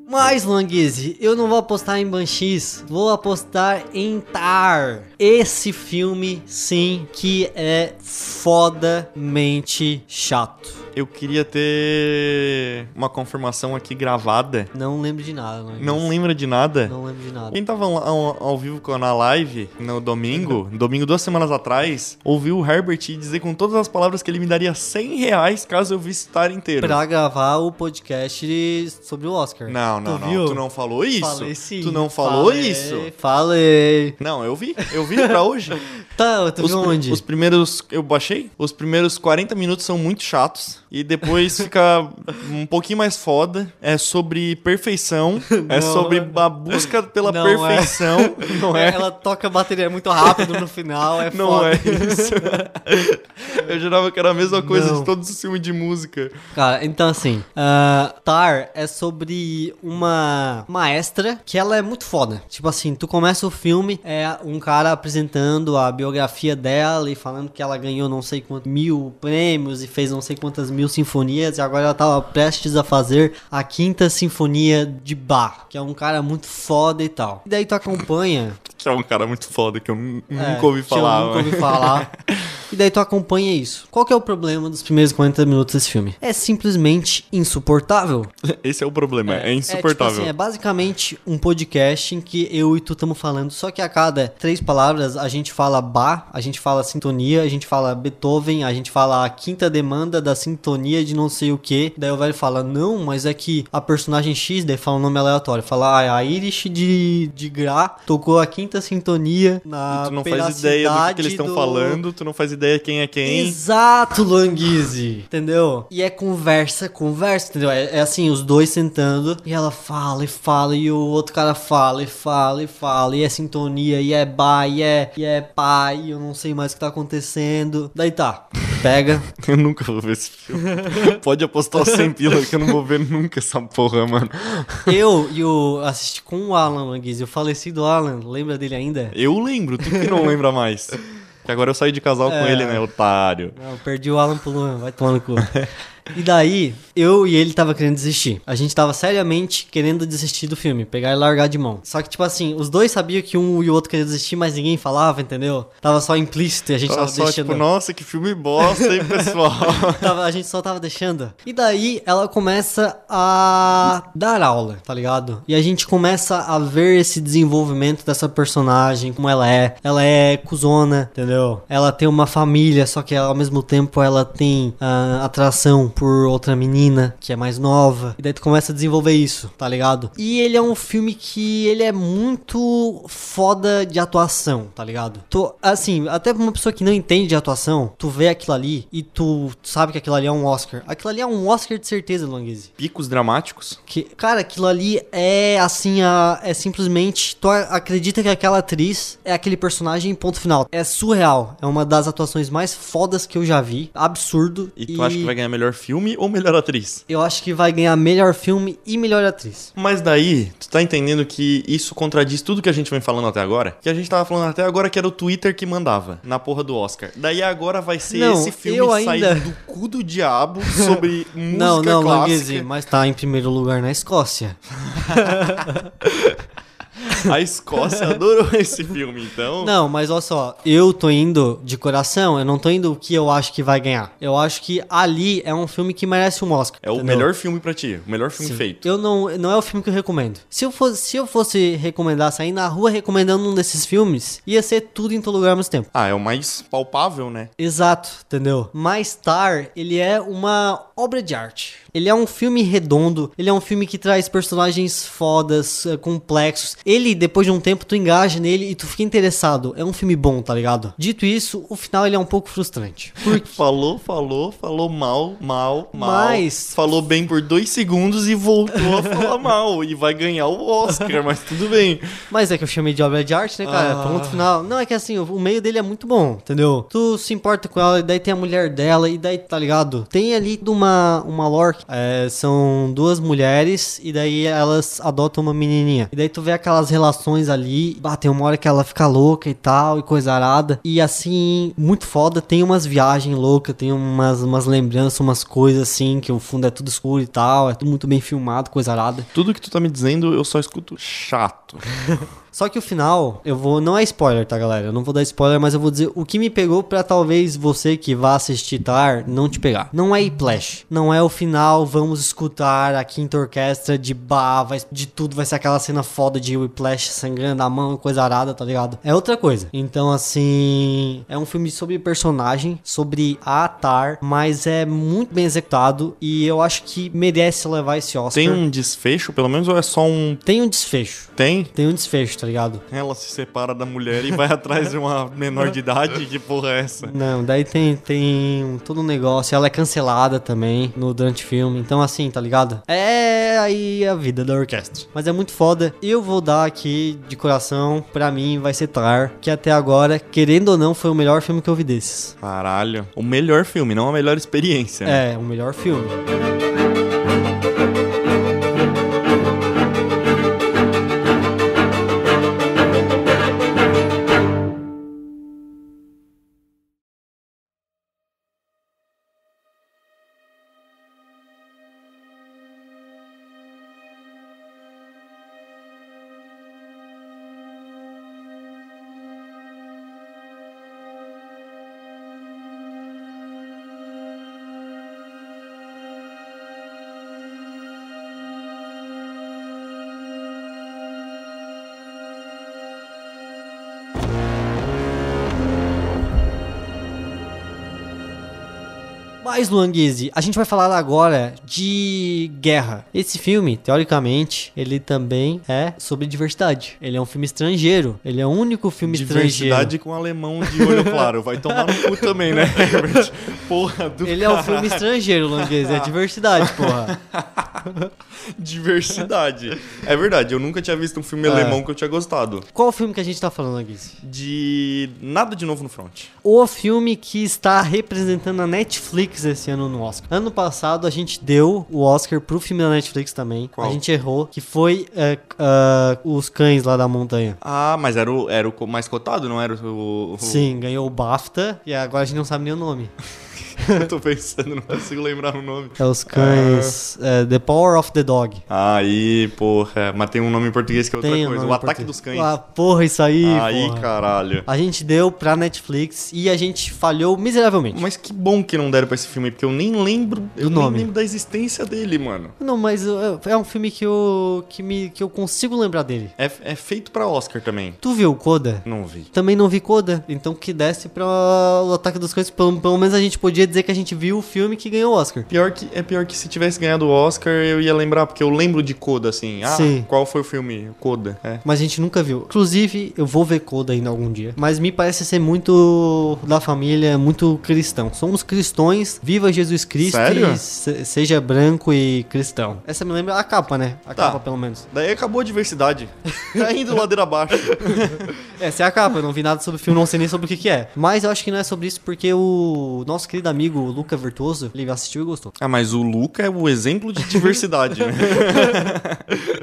S3: Mas, Languise, eu não vou apostar em Banshees, vou apostar em Tar. Esse filme, sim, que é fodamente chato.
S2: Eu queria ter uma confirmação aqui gravada.
S3: Não lembro de nada, Languise.
S2: Não lembra de nada?
S3: Não lembro de nada.
S2: Quem tava lá- ao, ao vivo com- na live no domingo, domingo duas semanas atrás, ouviu o Herbert dizer com todas as palavras que ele me daria 100 reais caso eu visse Tar inteiro.
S3: Pra gravar o podcast sobre o Oscar.
S2: Não, não,
S3: É. Tu
S2: não.
S3: viu?
S2: Tu não falou isso?
S3: Falei sim.
S2: Tu não falou
S3: Falei,
S2: isso?
S3: Falei.
S2: Não, eu vi. Eu vi pra hoje.
S3: Tá, tu
S2: os,
S3: viu
S2: pri-
S3: onde?
S2: os primeiros. Eu baixei? Os primeiros 40 minutos são muito chatos. E depois fica um pouquinho mais foda. É sobre perfeição. é
S3: Não.
S2: sobre a busca pela
S3: Não é.
S2: perfeição. Não é.
S3: Ela toca a bateria muito rápido no final, é
S2: Não
S3: foda.
S2: é isso. Eu jurava que era a mesma coisa
S3: Não.
S2: de todos os filmes de música.
S3: Cara, então assim, ah, Tar é sobre uma maestra que ela é muito foda. Tipo assim, tu começa o filme, é um cara apresentando a biografia dela e falando que ela ganhou não sei quantos mil prêmios e fez não sei quantas mil sinfonias e agora ela tava prestes a fazer a quinta sinfonia de Bach, que é um cara muito foda e tal. E daí tu acompanha
S2: Que é um cara muito foda que eu nu-
S3: é,
S2: nunca ouvi
S3: que eu
S2: falar.
S3: nunca
S2: mas-
S3: ouvi falar. E daí tu acompanha isso. Qual que é o problema dos primeiros 40 minutos desse filme? É simplesmente insuportável.
S2: Esse é o problema. É,
S3: É, tipo
S2: insuportável.
S3: assim, é basicamente um podcast em que eu e tu estamos falando, só que a cada três palavras a gente fala bar, a gente fala sintonia, a gente fala Beethoven, a gente fala a quinta demanda da sintonia de não sei o que. Daí o velho fala, não, mas é que a personagem X, daí fala um nome aleatório, fala ah, a Irish de, de Gra tocou a quinta sintonia na
S2: Tu não faz ideia do que, que eles
S3: estão
S2: estão falando, tu não faz ideia quem é quem.
S3: Exato, Languise. Entendeu? E é conversa, conversa, entendeu? É, é assim, os dois sentando e ela fala e fala e o outro cara fala e fala e fala e é sintonia e é ba e é, e é pá e eu não sei mais o que tá acontecendo. Daí tá, pega.
S2: Eu nunca vou ver esse filme. Pode apostar 100 pila que eu não vou ver nunca essa porra, mano.
S3: Eu e o assisti com o Alan Languise, o falecido Alan, lembra dele ainda?
S2: Eu lembro, tu que não lembra mais. Que agora eu saí de casal com
S3: É.
S2: ele, né, otário.
S3: Não, perdi o Alan pro Luan, vai tomar no cu. E daí, eu e ele tava querendo desistir. A gente tava seriamente querendo desistir do filme, pegar e largar de mão. Só que, tipo assim, os dois sabiam que um e o outro queria desistir, mas ninguém falava, entendeu? Tava só implícito e a gente
S2: Tava
S3: tava,
S2: só
S3: deixando.
S2: tipo, nossa, que filme bosta, hein, pessoal.
S3: Tava- a gente só tava deixando. E daí ela começa a dar aula, tá ligado? E a gente começa a ver esse desenvolvimento dessa personagem, como ela é. Ela é cuzona, entendeu? Ela tem uma família, só que ela, ao mesmo tempo ela tem ah, atração por outra menina que é mais nova. E daí tu começa a desenvolver isso, tá ligado? E ele é um filme que ele é muito foda de atuação, tá ligado? Tô, assim, até pra uma pessoa que não entende de atuação, tu vê aquilo ali e tu sabe que aquilo ali é um Oscar. Aquilo ali é um Oscar de certeza, Languese.
S2: Picos dramáticos?
S3: Que, cara, aquilo ali é assim, a- é simplesmente. Tu a- acredita que aquela atriz é aquele personagem em ponto final. É surreal. É uma das atuações mais fodas que eu já vi. Absurdo.
S2: E tu acha que vai ganhar melhor filme ou melhor atriz?
S3: Eu acho que vai ganhar melhor filme e melhor atriz.
S2: Mas daí, tu tá entendendo que isso contradiz tudo que a gente vem falando até agora? Que a gente tava falando até agora que era o Twitter que mandava na porra do Oscar. Daí agora vai ser
S3: Não,
S2: esse filme
S3: eu
S2: sair
S3: ainda-
S2: do cu do diabo sobre música
S3: não, não, Languese,
S2: clássica.
S3: mas tá em primeiro lugar na Escócia.
S2: A Escócia adorou esse filme, então.
S3: Não, mas olha só, eu tô indo de coração, eu não tô indo o que eu acho que vai ganhar. Eu acho que Ali é um filme que merece um Oscar.
S2: É o
S3: entendeu?
S2: melhor filme pra ti, o melhor filme
S3: Sim.
S2: feito.
S3: Eu não, não é o filme que eu recomendo. Se eu fosse, se eu fosse recomendar sair na rua recomendando um desses filmes, ia ser tudo em todo lugar ao mesmo tempo.
S2: Ah, é o mais palpável, né?
S3: Exato, entendeu? Mais Star, ele é uma obra de arte. Ele é um filme redondo, ele é um filme que traz personagens fodas, eh, complexos. Ele, depois de um tempo, tu engaja nele e tu fica interessado. É um filme bom, tá ligado? Dito isso, o final ele é um pouco frustrante.
S2: Falou, falou, falou mal, mal, mal.
S3: Mas-
S2: Falou bem por dois segundos e voltou a falar mal. E vai ganhar o Oscar, mas tudo bem.
S3: Mas é que eu chamei de obra de arte, né, cara?
S2: Ah.
S3: Ponto final. Não, é que assim, o- o meio dele é muito bom, entendeu? Tu se importa com ela, e daí tem a mulher dela, e daí, tá ligado? Tem ali uma, uma lore, é, são duas mulheres, e daí elas adotam uma menininha. E daí tu vê aquelas relações ali, ah, tem uma hora que ela fica louca e tal, e coisa arada. E assim, muito foda, tem umas viagens loucas, tem umas, umas lembranças, umas coisas assim, que o fundo é tudo escuro e tal, é tudo muito bem filmado, coisa arada.
S2: Tudo que tu tá me dizendo, eu só escuto chato.
S3: Só que o final, eu vou. Não é spoiler, tá, galera? Eu não vou dar spoiler, mas eu vou dizer o que me pegou pra talvez você que vá assistir Tar não te pegar. Não é Iplash. Não é o final, vamos escutar a quinta orquestra de bar, vai- de tudo, vai ser aquela cena foda de Whiplash sangrando a mão, coisa arada, tá ligado? É outra coisa. Então, assim. É um filme sobre personagem, sobre a Tar, mas é muito bem executado e eu acho que merece levar esse Oscar.
S2: Tem um desfecho, pelo menos, ou é só um.
S3: Tem um desfecho.
S2: Tem?
S3: Tem um desfecho, tá ligado?
S2: Ela se separa da mulher e vai atrás de uma menor de idade? Que porra é essa?
S3: Não, daí tem, tem um- todo um negócio. Ela é cancelada também no durante o filme. Então, assim, tá ligado? É aí a vida da orquestra. Mas é muito foda. Eu vou dar aqui de coração. Pra mim, vai ser Tar. Que até agora, querendo ou não, foi o melhor filme que eu vi desses.
S2: Caralho. O melhor filme, não a melhor experiência. né?
S3: É, o melhor filme. Mas, Luanguese, a gente vai falar agora de guerra. Esse filme, teoricamente, ele também é sobre diversidade. Ele é um filme estrangeiro. Ele é o único filme estrangeiro.
S2: Diversidade com alemão de olho claro. Vai tomar no cu também, né, Herbert? Porra do
S3: Ele é um filme estrangeiro, Languês. É diversidade, porra.
S2: Diversidade. É verdade, eu nunca tinha visto um filme
S3: É.
S2: alemão que eu tinha gostado.
S3: Qual o filme que a gente tá falando, Languês?
S2: De nada de novo no front.
S3: O filme que está representando a Netflix esse ano no Oscar. Ano passado a gente deu o Oscar pro filme da Netflix também.
S2: Qual?
S3: A gente errou, que foi é, é, Os Cães lá da Montanha.
S2: Ah, mas era o, era o co- mais cotado, não era o. o-
S3: Sim, ganhou o BAFTA e agora a gente não sabe nem o nome.
S2: Eu tô pensando, não consigo lembrar o nome.
S3: É Os Cães. é, the Power of the Dog.
S2: Aí, porra. Mas tem um nome em português que é outra
S3: Tem um
S2: coisa.
S3: nome
S2: O
S3: em
S2: ataque
S3: português.
S2: dos cães.
S3: Ah, porra, isso aí.
S2: aí,
S3: porra.
S2: caralho.
S3: A gente deu pra Netflix e a gente falhou miseravelmente.
S2: Mas que bom que não deram pra esse filme, porque eu nem lembro. eu
S3: nome.
S2: nem lembro da existência dele, mano.
S3: Não, mas eu- é um filme que eu, que me, que eu consigo lembrar dele.
S2: É, é feito pra Oscar também.
S3: Tu viu Coda?
S2: Não vi.
S3: Também não vi Coda. Então que desse pra o Ataque dos Cães, pelo, pelo menos a gente podia dizer que a gente viu o filme que ganhou o Oscar.
S2: Pior que, é pior que se tivesse ganhado o Oscar, eu ia lembrar, porque eu lembro de Coda, assim. Ah,
S3: Sim.
S2: qual foi o filme? Coda. É.
S3: Mas a gente nunca viu. Inclusive, eu vou ver Coda ainda algum dia. Mas me parece ser muito da família, muito cristão. Somos cristões, viva Jesus Cristo
S2: Sério?
S3: e se- seja branco e cristão. Essa me lembra a capa, né? A
S2: Tá.
S3: capa, pelo menos.
S2: Daí acabou a diversidade. Tá indo ladeira abaixo.
S3: Essa é a capa, eu não vi nada sobre o filme, não sei nem sobre o que, que é. Mas eu acho que não é sobre isso, porque o nosso querido amigo amigo, o Luca Virtuoso, ele assistiu e gostou.
S2: Ah, mas o Luca é o exemplo de diversidade, né?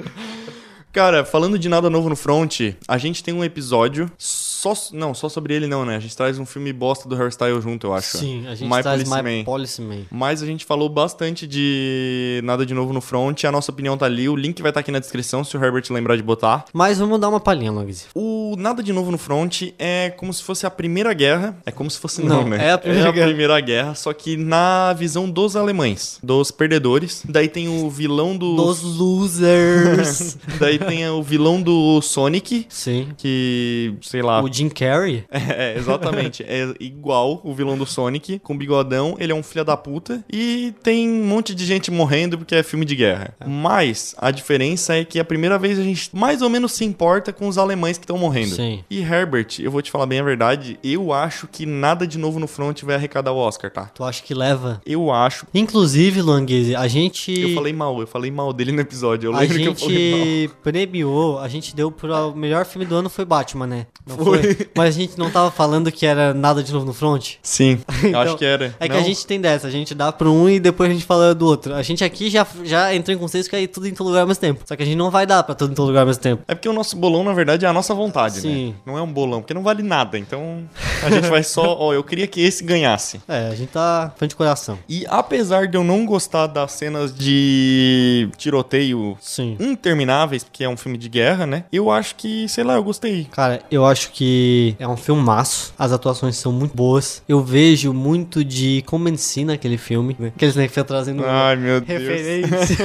S2: Cara, falando de nada novo no front, a gente tem um episódio só. Não, só sobre ele não, né? A gente traz um filme bosta do hairstyle junto, eu acho.
S3: Sim, a gente
S2: My
S3: traz
S2: Policeman.
S3: My Policeman.
S2: Mas a gente falou bastante de nada de novo no front, a nossa opinião tá ali, o link vai estar aqui na descrição se o Herbert lembrar de botar.
S3: Mas vamos dar uma palhinha, Longues.
S2: O Nada de Novo no Front é como se fosse a Primeira Guerra. É como se fosse não,
S3: Não,
S2: né?
S3: é a Primeira Guerra.
S2: Primeira Guerra, só que na visão dos alemães, dos perdedores. Daí tem o vilão do
S3: Dos losers.
S2: daí tem o vilão do Sonic,
S3: Sim.
S2: que, sei lá,
S3: O Jim Carrey?
S2: Ah. é, exatamente. É igual o vilão do Sonic, com bigodão, ele é um filho da puta. E tem um monte de gente morrendo porque é filme de guerra. Mas a diferença é que a primeira vez a gente mais ou menos se importa com os alemães que estão morrendo.
S3: Sim.
S2: E Herbert, eu vou te falar bem a verdade, eu acho que nada de novo no front vai arrecadar o Oscar, tá?
S3: Tu acha que leva?
S2: Eu acho.
S3: Inclusive, Longuese, a gente.
S2: Eu falei mal, eu falei mal dele no episódio. Eu
S3: A
S2: lembro que eu falei mal.
S3: gente premiou, a gente deu pro o melhor filme do ano foi Batman, né? Não foi. Mas a gente não tava falando que era nada de novo no front?
S2: Sim, eu acho
S3: Então,
S2: que era.
S3: É que
S2: Não?
S3: a gente tem dessa, a gente dá pro um e depois a gente fala do outro. A gente aqui já, já entrou em consenso que é tudo em todo lugar ao mesmo tempo. Só que a gente não vai dar pra tudo em todo lugar ao mesmo tempo.
S2: É porque o nosso bolão, na verdade, é a nossa vontade,
S3: Sim.
S2: né? Não é um bolão, porque não vale nada. Então, a gente vai só... Ó, eu queria que esse ganhasse.
S3: É, a gente tá fã de coração.
S2: E apesar de eu não gostar das cenas de tiroteio
S3: Sim.
S2: intermináveis, porque é um filme de guerra, né? Eu acho que, sei lá, eu gostei.
S3: Cara, eu acho que é um filmaço. As atuações são muito boas. Eu vejo muito de como ensina aquele filme, né? Que eles nem ficam trazendo.
S2: Ai, Ah, meu Deus.
S3: Referência.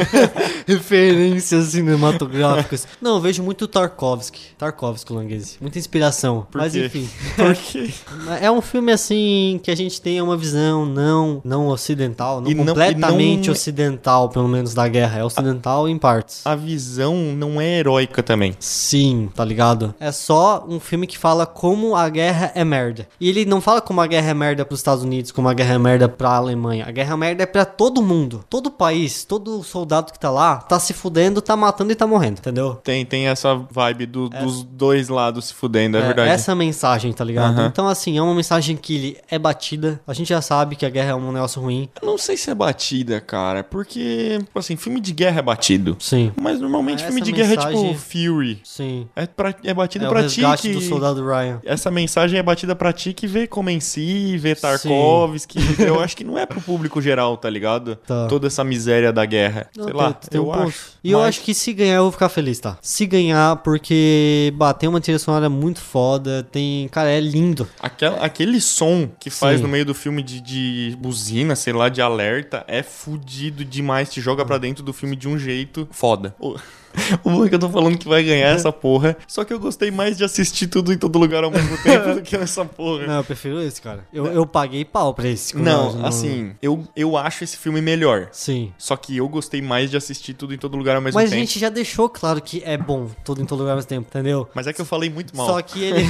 S3: Referências cinematográficas. Não, eu vejo muito Tarkovsky. Tarkovsky, Languese. Muita inspiração.
S2: Por
S3: Mas
S2: quê?
S3: enfim.
S2: Por quê?
S3: É um filme assim que a gente tem uma visão não, não ocidental, não
S2: E não- e não-
S3: completamente
S2: Ah.
S3: ocidental, pelo menos da guerra. É ocidental em partes.
S2: A visão não é heróica também.
S3: Sim, tá ligado? É só um filme que fala como a guerra é merda. E ele não fala como a guerra é merda pros Estados Unidos, como a guerra é merda pra Alemanha. A guerra é merda é pra todo mundo. Todo país, todo soldado que tá lá, tá se fudendo, tá matando e tá morrendo, entendeu?
S2: Tem, tem essa vibe do- dos dois lados se fudendo, é,
S3: É,
S2: verdade.
S3: essa é a mensagem, tá ligado?
S2: Aham.
S3: Então, assim, é uma mensagem que ele é batida. A gente já sabe que a guerra é um negócio ruim.
S2: Eu não sei se é batida, cara, porque, tipo assim, filme de guerra é batido.
S3: Sim,
S2: Mas normalmente
S3: Ah, Essa
S2: filme de guerra é
S3: mensagem-
S2: tipo Fury.
S3: sim.
S2: É, pra, é batido
S3: é o
S2: pra ti
S3: resgate
S2: que...
S3: do soldado Ryan.
S2: Essa mensagem é batida pra ti que vê Comensi, vê Tarkovsky. Eu acho que não é pro público geral, tá ligado?
S3: Tá.
S2: Toda essa miséria da guerra.
S3: Não,
S2: Sei
S3: tem-
S2: lá,
S3: tem
S2: eu
S3: um ponto.
S2: acho.
S3: E eu
S2: Mas
S3: acho que se ganhar eu vou ficar feliz, tá? Se ganhar, porque bah, tem uma trilha sonora muito foda, tem. Cara, é lindo.
S2: aquela- aquele som que faz
S3: Sim.
S2: no meio do filme de, de buzina, sei lá, de alerta, é fudido demais. Te joga
S3: Hum.
S2: pra dentro do filme de um jeito foda. O, o bom é que eu tô falando que vai
S3: Uhum.
S2: ganhar essa porra. Só que eu gostei mais de assistir tudo em todo lugar ao mesmo tempo do que essa porra.
S3: Não, eu prefiro esse, cara. Eu, eu paguei pau pra esse. quando eu
S2: Não,
S3: não-
S2: assim, eu, eu acho esse filme melhor.
S3: Sim.
S2: Só que eu gostei mais de assistir tudo em todo lugar ao mesmo
S3: Mas a
S2: um tempo.
S3: gente já deixou claro que é bom todo em todo lugar ao mesmo tempo, entendeu?
S2: Mas é que eu falei muito mal.
S3: Só que ele.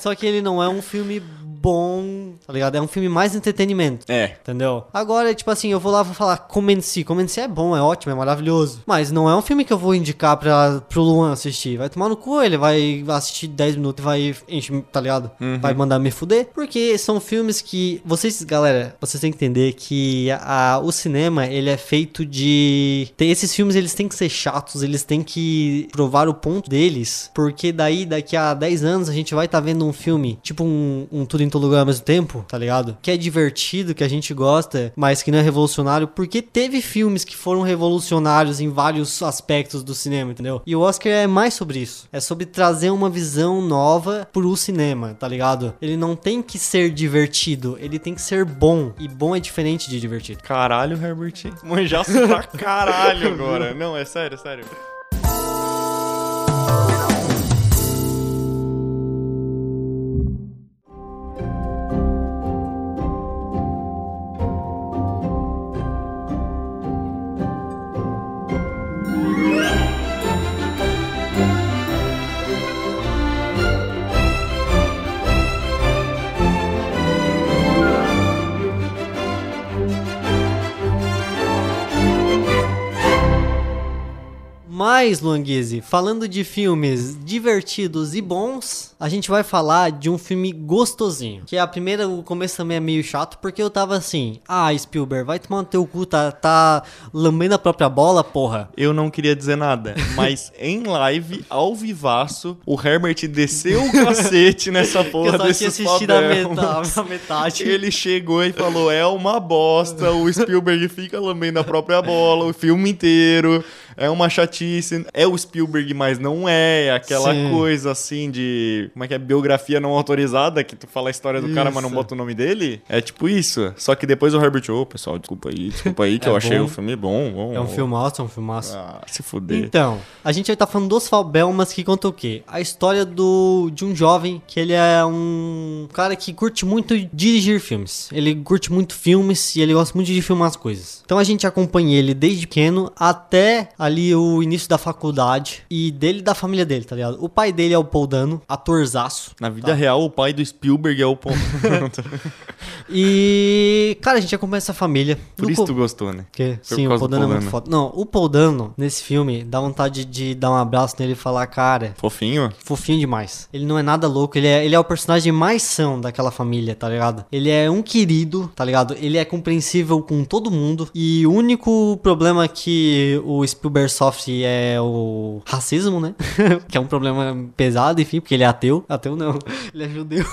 S3: só que ele não é um filme bom, tá ligado? É um filme mais entretenimento.
S2: É.
S3: Entendeu? Agora, tipo assim, eu vou lá e vou falar Comenci. Comenci é bom, é ótimo, é maravilhoso. Mas não é um filme que eu vou indicar pra, pro Luan assistir. Vai tomar no cu, ele vai assistir 10 minutos e vai encher, tá ligado? Vai mandar me fuder. Porque são filmes que. Vocês, galera, vocês têm que entender que a- o cinema, ele é feito de. Tem, esses filmes, eles têm que ser chatos, eles têm que provar o ponto deles. Porque daí, daqui a 10 anos, a gente vai estar vendo um filme, tipo um, um Tudo em Todo Lugar ao mesmo tempo, tá ligado? Que é divertido, que a gente gosta, mas que não é revolucionário, porque teve filmes que foram revolucionários em vários aspectos do cinema, entendeu? E o Oscar é mais sobre isso. É sobre trazer uma visão nova pro cinema, tá ligado? Ele não tem que ser divertido, ele tem que ser bom. E bom é diferente de divertido.
S2: Caralho, Herbert. Manjaço pra caralho agora. Não, é sério, é sério.
S3: Mas, Luanguise, falando de filmes divertidos e bons, a gente vai falar de um filme gostosinho. Que é a primeira, o começo também é meio chato, porque eu tava assim, ah, Spielberg, vai tomar no teu cu, tá, tá lambendo a própria bola, porra.
S2: Eu não queria dizer nada, mas em live, ao vivaço, o Herbert desceu o cacete nessa porra
S3: eu só tinha
S2: desses
S3: assistido a
S2: padrão.
S3: metade. A metade.
S2: Ele chegou e falou: é uma bosta. O Spielberg fica lambendo a própria bola o filme inteiro. É uma chatice. É o Spielberg, mas não é. É Aquela
S3: Sim.
S2: coisa assim de. Como é que é? Biografia não autorizada, que tu fala a história do cara, mas não
S3: Isso.
S2: bota o nome dele. É tipo isso. Só que depois o Herbert, ô, pessoal, desculpa aí, desculpa aí, que
S3: É
S2: eu achei
S3: bom.
S2: o filme bom. bom
S3: É um filmaço, é um filmaço.
S2: Ah, se fuder.
S3: Então, a gente vai estar falando dos Falbelmas que conta o quê? A história do de um jovem que ele é um cara que curte muito dirigir filmes. Ele curte muito filmes e ele gosta muito de filmar as coisas. Então a gente acompanha ele desde pequeno até ali o início da faculdade e dele e da família dele, tá ligado? O pai dele é o Paul Dano, atorzaço.
S2: Na vida real, o pai do Spielberg é o ponto.
S3: E, cara, a gente acompanha essa família.
S2: Por
S3: No
S2: isso
S3: co-
S2: tu gostou, né? Foi
S3: Que?
S2: por
S3: Sim, o
S2: causa do
S3: Paul Dano é
S2: Paul
S3: muito
S2: Dano.
S3: foda. Não, o Paul Dano, nesse filme, dá vontade de dar um abraço nele e falar, cara,
S2: Fofinho?
S3: fofinho demais. Ele não é nada louco, ele é, ele é o personagem mais são daquela família, tá ligado? Ele é um querido, tá ligado? Ele é compreensível com todo mundo. E o único problema que o Spielberg sofre é o racismo, né? que é um problema pesado, enfim, porque ele é ateu. Ateu não, ele é judeu.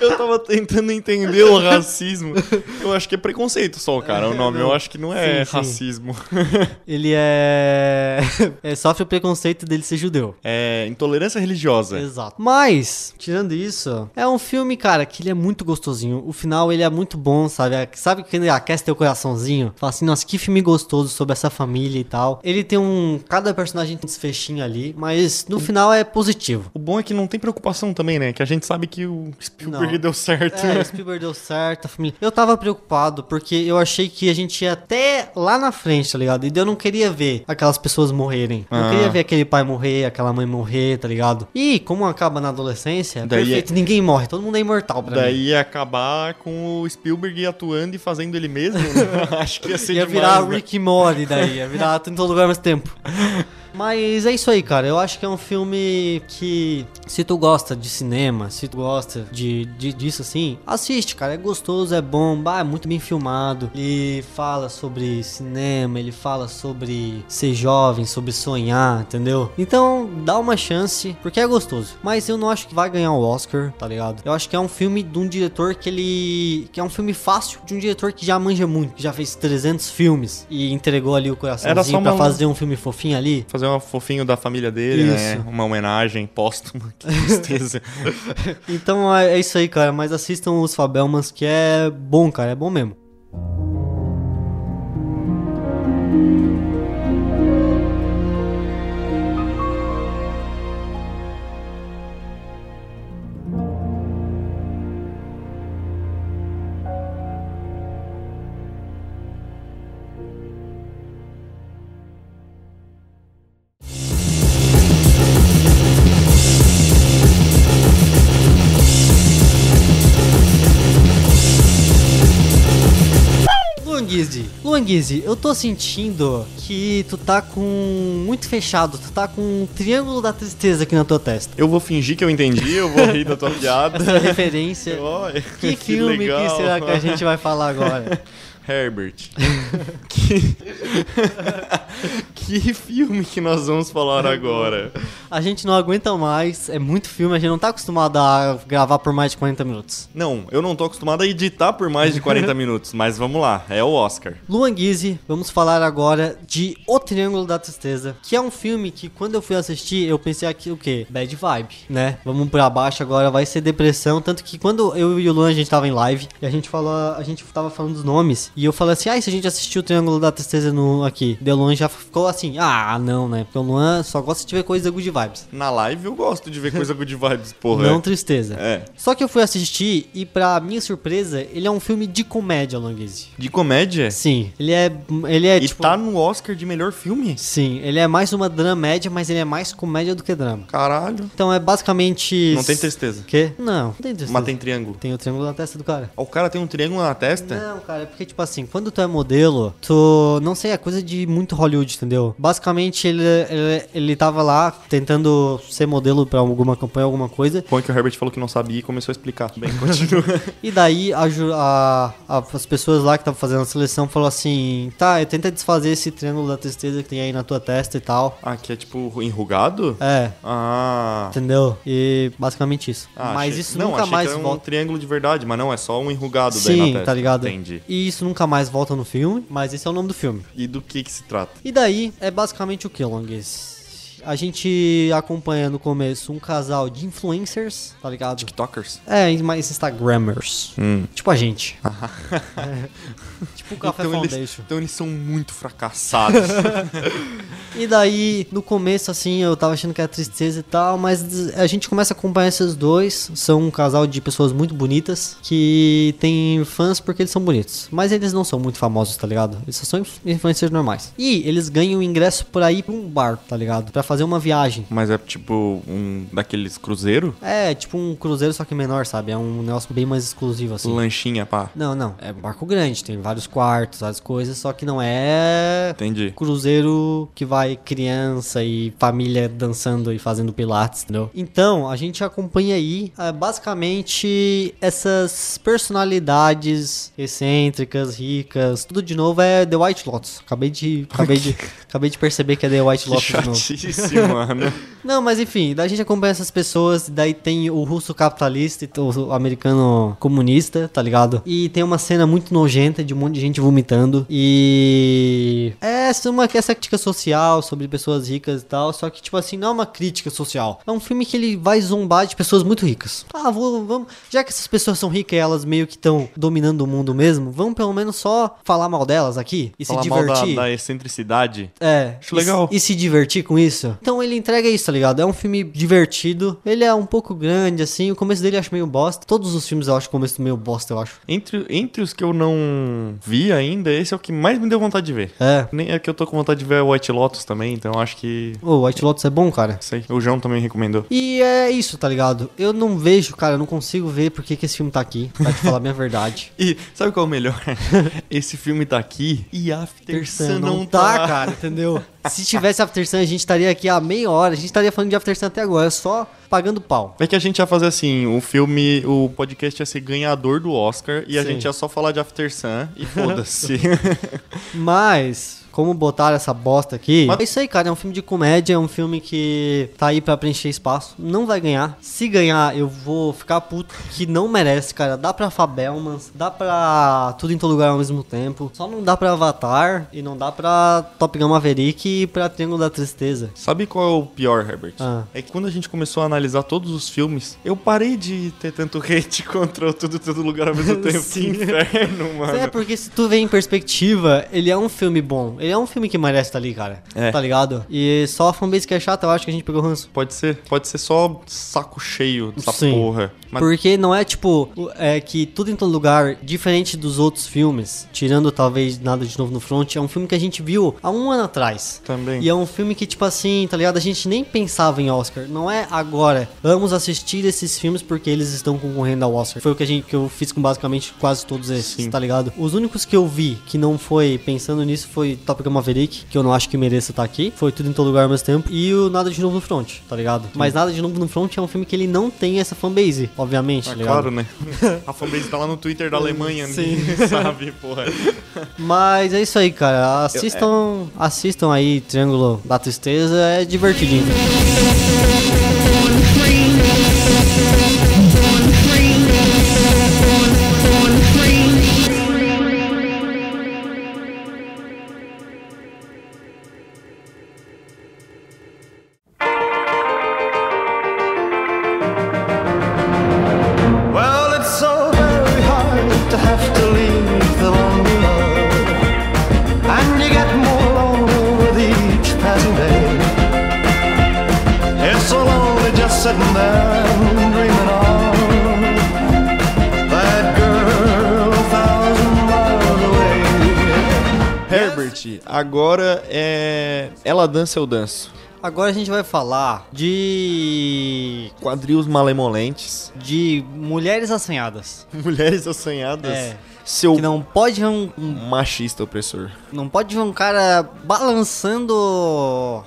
S2: Eu tava tentando entender o racismo. Eu acho que é preconceito só, cara. O nome eu acho que não é
S3: Sim, sim.
S2: racismo.
S3: Ele é... é. Sofre o preconceito dele ser judeu.
S2: É intolerância religiosa.
S3: Exato. Mas, tirando isso, é um filme, cara, que ele é muito gostosinho. O final, ele é muito bom, sabe? É- Sabe que ele aquece teu coraçãozinho? Fala assim, nossa, que filme gostoso sobre essa família e tal. Ele tem um... Cada personagem tem um desfechinho ali, mas no final é positivo.
S2: O bom é que não tem preocupação também, né? Que a gente sabe que o Spielberg
S3: Não.
S2: deu certo.
S3: É, o Spielberg deu certo, a família. Eu tava preocupado porque eu achei que a gente ia até lá na frente, tá ligado? E eu não queria ver aquelas pessoas morrerem. Eu
S2: Ah.
S3: Não queria ver aquele pai morrer, aquela mãe morrer, tá ligado? E como acaba na adolescência,
S2: Daí é-
S3: perfeito, ninguém morre, todo mundo é imortal pra mim.
S2: Daí ia acabar com o Spielberg atuando e fazendo ele mesmo. né? acho que ia ser
S3: Ia
S2: demais.
S3: virar
S2: né?
S3: Rick e Morty daí, ia virar tudo em todo lugar ao mesmo tempo. Mas é isso aí, cara. Eu acho que é um filme que, se tu gosta de cinema, se tu gosta de, de- disso assim, assiste, cara. É gostoso, é bom, bah, é muito bem filmado. Ele fala sobre cinema, ele fala sobre ser jovem, sobre sonhar, entendeu? Então, dá uma chance, porque é gostoso. Mas eu não acho que vai ganhar o Oscar, tá ligado? Eu acho que é um filme de um diretor que ele. que é um filme fácil de um diretor que já manja muito, que já fez 300 filmes e entregou ali o coraçãozinho
S2: uma-
S3: pra fazer um filme fofinho ali.
S2: Fazer um fofinho da família dele, né?
S3: Isso.
S2: Uma homenagem póstuma. Que tristeza.
S3: Então é é isso aí, cara. Mas assistam os Fabelmans, que é bom, cara. É bom mesmo. Luanguise, Luanguise, eu tô sentindo que tu tá com. muito fechado. Tu tá com um triângulo da tristeza aqui na tua testa.
S2: eu vou fingir que eu entendi, eu vou rir da tua piada.
S3: Essa é referência.
S2: Olha,
S3: Que, filme que será que a gente vai falar agora?
S2: Herbert. que... que filme que nós vamos falar agora?
S3: A gente não aguenta mais, é muito filme, a gente não tá acostumado a gravar por mais de 40 minutos.
S2: Não, eu não tô acostumado a editar por mais de 40 minutos, mas vamos lá, é o Oscar.
S3: Luan Guise, vamos falar agora de O Triângulo da Tristeza, que é um filme que quando eu fui assistir, eu pensei aqui o quê? Bad vibe, né? Vamos pra baixo agora, vai ser depressão, tanto que quando eu e o Luan a gente tava em live e a gente falou, a gente tava falando dos nomes e eu falei assim: "Ah, e se a gente assistir O Triângulo da Tristeza no aqui?" Daí o Luan já ficou assim: "Ah, não, né? Porque o Luan só gosta de ver coisa good vibes."
S2: Na live eu gosto de ver coisa good vibes, porra.
S3: Não tristeza.
S2: É.
S3: Só que eu fui assistir e, pra minha surpresa, ele é um filme de comédia, Longuise.
S2: De comédia?
S3: Sim, ele é. Ele é
S2: e
S3: tipo.
S2: tá no Oscar de melhor filme?
S3: Sim, ele é mais uma dramédia, mas ele é mais comédia do que drama.
S2: Caralho.
S3: Então é basicamente.
S2: Não tem tristeza.
S3: Quê? Não, não tem tristeza.
S2: Mas tem triângulo.
S3: Tem o triângulo na testa do cara.
S2: O cara tem um triângulo na testa?
S3: Não, cara, é porque, tipo tipo assim, quando tu é modelo, tu. Não sei, é coisa de muito Hollywood, entendeu? Basicamente, ele, ele, ele tava lá tentando ser modelo pra alguma campanha, alguma coisa.
S2: Põe que o Herbert falou que não sabia e começou a explicar. Bem, continua.
S3: E daí a ju- a- a- as pessoas lá que estavam fazendo a seleção falou assim: tá, tenta desfazer esse triângulo da tristeza que tem aí na tua testa e tal.
S2: ah, que é tipo enrugado?
S3: É,
S2: Ah.
S3: entendeu? E basicamente isso.
S2: Ah,
S3: Mas
S2: achei-
S3: isso
S2: não,
S3: nunca
S2: achei
S3: mais
S2: que era um
S3: volta.
S2: triângulo de verdade, mas não, é só um enrugado daí na
S3: Sim,
S2: testa.
S3: tá ligado?
S2: Entendi.
S3: E isso nunca mais volta no filme, mas esse é o nome do filme.
S2: E do que que se trata?
S3: E daí é basicamente o que, Longues? A gente acompanha no começo um casal de influencers, tá ligado?
S2: TikTokers?
S3: É, mais Instagrammers.
S2: Hum.
S3: Tipo a gente. É. Tipo o Café
S2: então, eles,
S3: Foundation.
S2: então eles são muito fracassados.
S3: E daí, no começo, assim, eu tava achando que era tristeza e tal, mas a gente começa a acompanhar esses dois. São um casal de pessoas muito bonitas que tem fãs porque eles são bonitos. Mas eles não são muito famosos, tá ligado? Eles só são inf- influencers normais. E eles ganham ingresso por aí pra um bar, tá ligado? Pra fazer uma viagem.
S2: mas é tipo um daqueles cruzeiro?
S3: É, tipo um cruzeiro, só que menor, sabe? É um negócio bem mais exclusivo, assim.
S2: Lanchinha, pá.
S3: Não, não. É um barco grande, tem vários quartos, várias coisas, só que não é
S2: Entendi.
S3: cruzeiro que vai criança e família dançando e fazendo pilates, entendeu? Então, a gente acompanha aí ah, basicamente essas personalidades excêntricas, ricas, tudo de novo é The White Lotus. Acabei de acabei de acabei de perceber que é The White
S2: Que
S3: Lotus de novo.
S2: chatice, mano.
S3: Não, mas enfim, daí a gente acompanha essas pessoas, daí tem o russo capitalista e o americano comunista, tá ligado? E tem uma cena muito nojenta de um monte de gente vomitando. E. É essa uma essa crítica social sobre pessoas ricas e tal. Só que, tipo assim, não é uma crítica social. É um filme que ele vai zombar de pessoas muito ricas. Ah, vou, vamos. Já que essas pessoas são ricas e elas meio que estão dominando o mundo mesmo, vamos pelo menos só falar mal delas aqui e
S2: Falar
S3: se
S2: mal da-
S3: divertir.
S2: da excentricidade.
S3: É.
S2: Acho
S3: e-
S2: legal.
S3: E, se divertir com isso. Então ele entrega isso, tá ligado? É um filme divertido. Ele é um pouco grande, assim. O começo dele eu acho meio bosta. Todos os filmes eu acho o começo meio bosta, eu acho.
S2: Entre, entre os que eu não vi ainda, esse é o que mais me deu vontade de ver.
S3: É.
S2: Nem é que eu tô com vontade de ver White Lotus também, então eu acho que.
S3: O White Lotus é bom, cara.
S2: Sei. O João também recomendou.
S3: E é isso, tá ligado? Eu não vejo, cara, eu não consigo ver por que que esse filme tá aqui, pra te falar a minha verdade.
S2: E sabe qual é o melhor? esse filme tá aqui e After Sun não tá.
S3: tá, cara, entendeu? Se tivesse After Sun, a gente estaria aqui há meia hora, a gente estaria falando de After Sun até agora, só pagando pau.
S2: É que a gente ia fazer assim, o filme, o podcast ia ser ganhador do Oscar e a
S3: Sim.
S2: gente ia só falar de After Sun e foda-se.
S3: Mas, como botaram essa bosta aqui.
S2: Mas-
S3: É isso aí, cara. É um filme de comédia, é um filme que tá aí pra preencher espaço. Não vai ganhar. Se ganhar, eu vou ficar puto, que não merece, cara. Dá pra Fabelmans, dá pra tudo em todo lugar ao mesmo tempo. Só não dá pra Avatar e não dá pra Top Gun Maverick e pra Triângulo da Tristeza.
S2: Sabe qual é o pior, Herbert?
S3: Ah.
S2: É que quando a gente começou a analisar todos os filmes, eu parei de ter tanto hate contra o tudo, todo lugar ao mesmo tempo. que
S3: Sim.
S2: inferno, mano.
S3: É, porque se tu vê em perspectiva, ele é um filme bom. Ele é um filme que merece estar ali, cara.
S2: É.
S3: Tá ligado? E só a fanbase que é chata, eu acho que a gente pegou ranço.
S2: Pode ser, pode ser só saco cheio dessa
S3: Sim.
S2: porra. Mas
S3: Porque não é tipo, o- é que tudo em todo lugar, diferente dos outros filmes, tirando talvez nada de novo no front, é um filme que a gente viu há um ano atrás.
S2: também.
S3: E é um filme que, tipo assim, tá ligado? A gente nem pensava em Oscar. Não é agora. Vamos assistir esses filmes porque eles estão concorrendo ao Oscar. Foi o que, a gente, que eu fiz com basicamente quase todos esses,
S2: Sim.
S3: tá ligado? Os únicos que eu vi que não foi pensando nisso foi Top Gun Maverick, que eu não acho que mereça estar aqui. Foi tudo em todo lugar ao mesmo tempo. E o Nada de Novo no Front, tá ligado? Mas Nada de Novo no Front é um filme que ele não tem essa fanbase, obviamente, tá
S2: Ah,
S3: ligado?
S2: claro, né? A fanbase tá lá no Twitter da Alemanha,
S3: Sim.
S2: ninguém sabe, porra.
S3: Mas é isso aí, cara. Assistam,
S2: é.
S3: assistam aí Triângulo da Tristeza, é divertidinho.
S1: Well, it's so very hard to have to leave the one you love, and you get more lonely with each passing day. It's so lonely just sitting there and dreaming of that girl a thousand miles away.
S2: Herbert, agora é. Ela dança, eu danço.
S3: Agora a gente vai falar de.
S2: Quadrios malemolentes,
S3: de mulheres assanhadas.
S2: mulheres assanhadas,
S3: É.
S2: seu
S3: Que não pode ver um. um-
S2: machista opressor.
S3: Não pode ver um cara balançando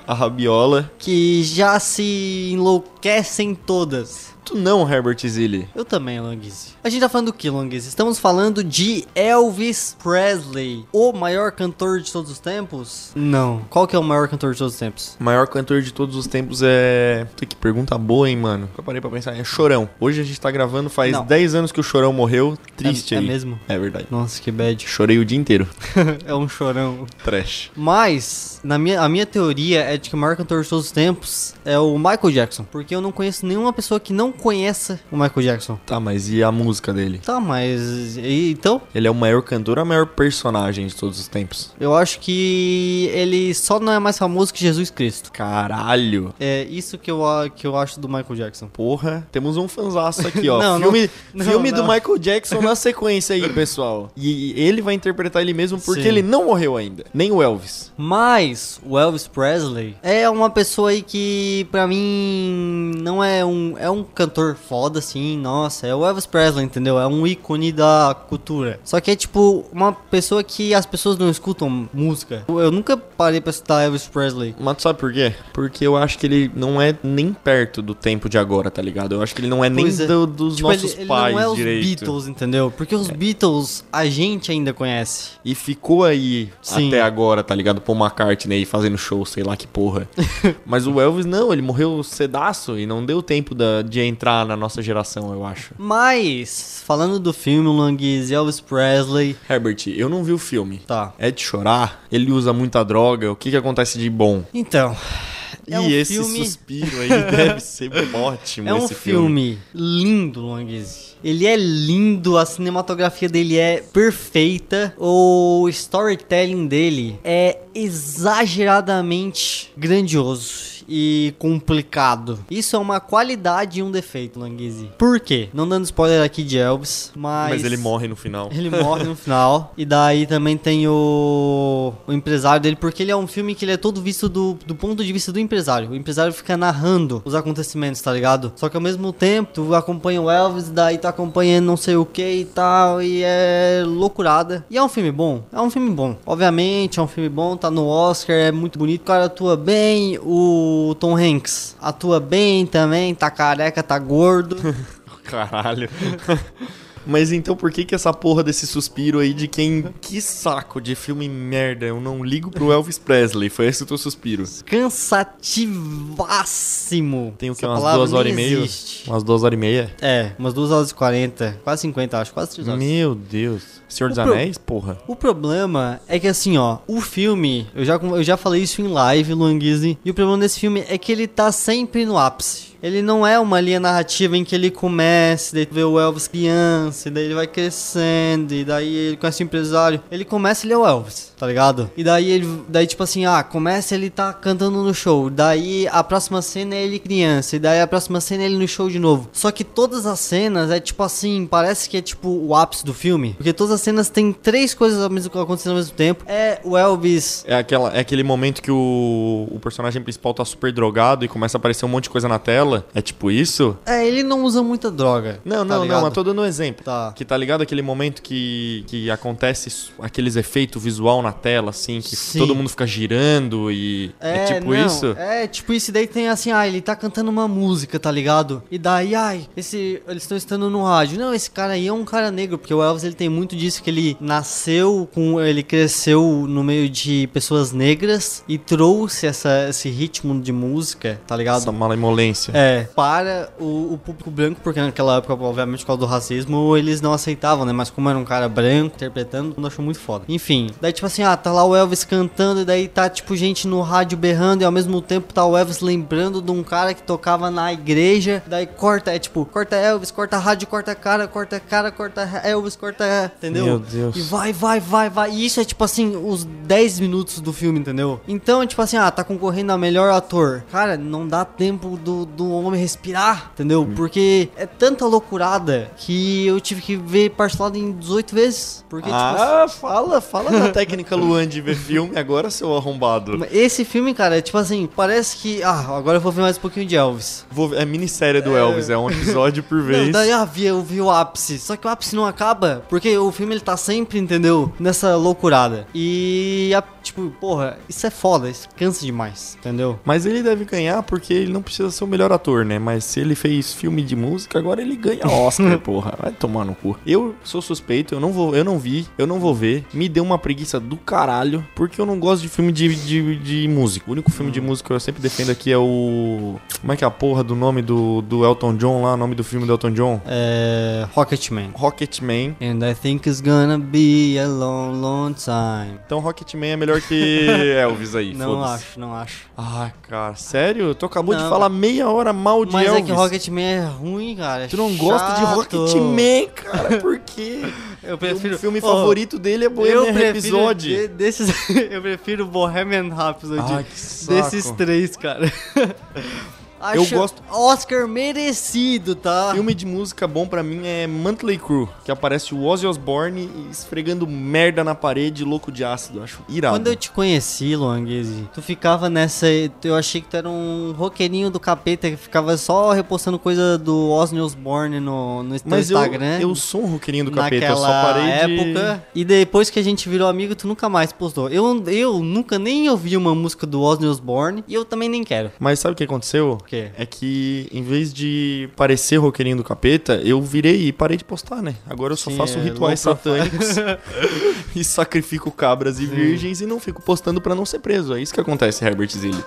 S2: A rabiola.
S3: que já se enlouquecem todas.
S2: Tu não, Herbert Zilli.
S3: Eu também, Longuiz. A gente tá falando do que, Longuiz? Estamos falando de Elvis Presley, o maior cantor de todos os tempos? Não. Qual que é o maior cantor de todos os tempos?
S2: O maior cantor de todos os tempos é. Puta, que pergunta boa, hein, mano? Eu parei pra pensar. É Chorão. Hoje a gente tá gravando faz
S3: Não.
S2: 10 anos que o Chorão morreu. Triste
S3: é,
S2: aí.
S3: É mesmo?
S2: É verdade.
S3: Nossa, que bad.
S2: Chorei o dia inteiro.
S3: é um chorão.
S2: Trash.
S3: Mas, na minha, a minha teoria é de que o maior cantor de todos os tempos é o Michael Jackson. Porque eu não conheço nenhuma pessoa que não conheça o Michael Jackson.
S2: Tá, mas e a música dele?
S3: Tá, mas. e- então?
S2: Ele é o maior cantor ou o maior personagem de todos os tempos?
S3: Eu acho que ele só não é mais famoso que Jesus Cristo.
S2: Caralho.
S3: É isso que eu, a- que eu acho do Michael Jackson.
S2: Porra, temos um fanzaço aqui, ó.
S3: Não, não.
S2: filme
S3: Não,
S2: filme do
S3: não.
S2: Michael Jackson na sequência aí, pessoal. E ele vai interpretar ele mesmo porque
S3: Sim.
S2: ele não morreu ainda. Nem o Elvis.
S3: Mas o Elvis Presley é uma pessoa aí que pra mim não é um é um cantor foda assim, nossa, é o Elvis Presley, entendeu? É um ícone da cultura. Só que é tipo uma pessoa que as pessoas não escutam música. Eu eu nunca parei pra escutar Elvis Presley.
S2: Mas tu sabe por quê? Porque eu acho que ele não é nem perto do tempo de agora, tá ligado? Eu acho que ele não é nem
S3: Pois é.
S2: do- dos
S3: Tipo,
S2: nossos
S3: ele, ele
S2: pais
S3: não é os
S2: direito. É.
S3: Beatles, entendeu? Porque os Beatles a gente ainda conhece.
S2: E ficou aí
S3: Sim.
S2: até agora, tá ligado? Paul McCartney aí fazendo show, sei lá que porra. Mas o Elvis não, ele morreu cedaço e não deu tempo da- de entrar na nossa geração, eu acho.
S3: Mas falando do filme Languiz Elvis Presley,
S2: Herbert, eu não vi o filme.
S3: tá.
S2: É de chorar? Ele usa muita droga? O que que acontece de bom?
S3: Então, É
S2: e
S3: um
S2: esse
S3: filme-
S2: suspiro aí deve ser ótimo
S3: É um
S2: esse filme.
S3: filme, lindo, Longuese. Ele é lindo, a cinematografia dele é perfeita, o storytelling dele é exageradamente grandioso e complicado. Isso é uma qualidade e um defeito, Languise. Por quê? Não dando spoiler aqui de Elvis, mas...
S2: Mas ele morre no final.
S3: Ele morre no final. E daí também tem o, o empresário dele, porque ele é um filme que ele é todo visto do, do ponto de vista do empresário. O empresário fica narrando os acontecimentos, tá ligado? Só que ao mesmo tempo, tu acompanha o Elvis, daí tá acompanhando não sei o que e tal, e é loucurada. E é um filme bom, é um filme bom. Obviamente, é um filme bom, tá no Oscar, é muito bonito. O cara atua bem, o Tom Hanks atua bem também, tá careca, tá gordo.
S2: Caralho. Mas então por que que essa porra desse suspiro aí de quem... Que saco de filme merda, eu não ligo pro Elvis Presley. Foi esse o teu suspiro.
S3: cansativíssimo.
S2: Tem o que,
S3: Essa
S2: umas
S3: palavra
S2: duas
S3: nem
S2: horas e meia?
S3: existe.
S2: Umas duas horas e meia?
S3: É, umas 2 horas e 40, quase 50, acho, quase 3 horas.
S2: Meu Deus. Senhor dos
S3: O pro-
S2: Anéis, porra?
S3: O problema é que assim, ó, o filme, eu já, eu já falei isso em live, Luanguizzi, e o problema desse filme é que ele tá sempre no ápice. Ele não é uma linha narrativa em que ele começa, daí tu vê o Elvis criança, e daí ele vai crescendo, e daí ele conhece o empresário. Ele começa, ele é o Elvis, tá ligado? E daí ele, daí tipo assim, ah, começa ele tá cantando no show, daí a próxima cena é ele criança, e daí a próxima cena é ele no show de novo. Só que todas as cenas é tipo assim, parece que é tipo o ápice do filme, porque todas as cenas tem três coisas ao mesmo- acontecendo ao mesmo tempo. É o Elvis.
S2: É, aquela, é aquele momento que o, o personagem principal tá super drogado e começa a aparecer um monte de coisa na tela. É tipo isso?
S3: É, ele não usa muita droga.
S2: Não,
S3: tá
S2: não, não,
S3: ligado?
S2: mas tô dando um exemplo.
S3: Tá.
S2: Que tá ligado aquele momento que, que acontece s- aqueles efeitos visual na tela, assim, que
S3: Sim.
S2: todo mundo fica girando e. É, tipo
S3: não,
S2: isso?
S3: É, tipo isso. E daí tem assim, ah, ele tá cantando uma música, tá ligado? E daí, ai, esse, eles estão estando no rádio. Não, esse cara aí é um cara negro, porque o Elvis, ele tem muito disso, que ele nasceu com, ele cresceu no meio de pessoas negras e trouxe essa, esse ritmo de música, tá ligado?
S2: Essa malemolência.
S3: É, para o, o público branco, porque naquela época, obviamente, por causa do racismo, eles não aceitavam, né? Mas como era um cara branco interpretando, eu achou muito foda. Enfim, daí tipo assim, ah, tá lá o Elvis cantando, e daí tá, tipo, gente no rádio berrando, e ao mesmo tempo tá o Elvis lembrando de um cara que tocava na igreja, daí corta, é tipo, corta Elvis, corta rádio, corta cara, corta cara, corta Elvis, corta. Entendeu?
S2: Meu Deus.
S3: E Vai, vai, vai, vai. E isso é tipo assim, os 10 minutos do filme, entendeu? Então, é tipo assim, ah, tá concorrendo a melhor ator. Cara, não dá tempo do, do do homem respirar, entendeu? Porque é tanta loucurada que eu tive que ver parcelado em 18 vezes. Porque, tipo,
S2: Ah, fala, fala da técnica Luan de ver filme agora, seu arrombado.
S3: Esse filme, cara, é tipo assim, parece que. Ah, agora eu vou ver mais um pouquinho de Elvis.
S2: Vou- é minissérie do Elvis, é um episódio por
S3: Não,
S2: vez.
S3: daí ah, vi, eu vi o ápice. Só que o ápice não acaba, porque o filme ele tá sempre, entendeu? Nessa loucurada. E, a- tipo, porra, isso é foda, isso cansa demais, entendeu?
S2: Mas ele deve ganhar porque ele não precisa ser o melhor ator, né? Mas se ele fez filme de música, agora ele ganha Oscar, porra. Vai tomar no cu. Eu sou suspeito, eu não vou, eu não vi, eu não vou ver. Me deu uma preguiça do caralho, porque eu não gosto de filme de, de, de música. O único filme
S3: Hum.
S2: de música que eu sempre defendo aqui é o. Como é que é a porra do nome do, do Elton John lá? O nome do filme do Elton John?
S3: É. Rocketman.
S2: Rocketman.
S3: And I think it's gonna be a long, long time.
S2: Então Rocketman é melhor que Elvis aí,
S3: Não
S2: foda-se.
S3: acho, não acho.
S2: Ah, cara, sério? Tu acabou de
S3: Não.
S2: falar meia hora mal de
S3: Mas
S2: Elvis.
S3: é que Rocketman é ruim, cara. é
S2: Tu não gosta de
S3: chato.
S2: Rocketman, cara, por quê?
S3: Eu
S2: O filme
S3: Oh,
S2: favorito dele é Bohemian Rhapsody.
S3: de- desses, eu prefiro Bohemian Rhapsody.
S2: Ai, que saco.
S3: Desses três, cara.
S2: Eu
S3: Acho
S2: gosto-
S3: Oscar merecido, tá?
S2: Filme de música bom pra mim é Monthly Crew, que aparece o Ozzy Osbourne esfregando merda na parede, louco de ácido, acho irado.
S3: Quando eu te conheci, Luanguese, tu ficava nessa. Eu achei que tu era um roqueirinho do capeta que ficava só repostando coisa do Ozzy Osbourne no, no teu
S2: Mas eu,
S3: Instagram.
S2: eu sou um roqueirinho do capeta, eu
S3: naquela
S2: só parei de-
S3: época. E depois que a gente virou amigo, tu nunca mais postou. Eu, eu nunca nem ouvi uma música do Ozzy Osbourne e eu também nem quero.
S2: Mas sabe o que aconteceu?
S3: O quê?
S2: É que em vez de parecer roqueirinho do capeta, eu virei e parei de postar, né? Agora eu só
S3: Sim,
S2: faço
S3: é,
S2: rituais
S3: low profile.
S2: satânicos e sacrifico cabras e virgens e não fico postando pra não ser preso. É isso que acontece, Herbert Zilli.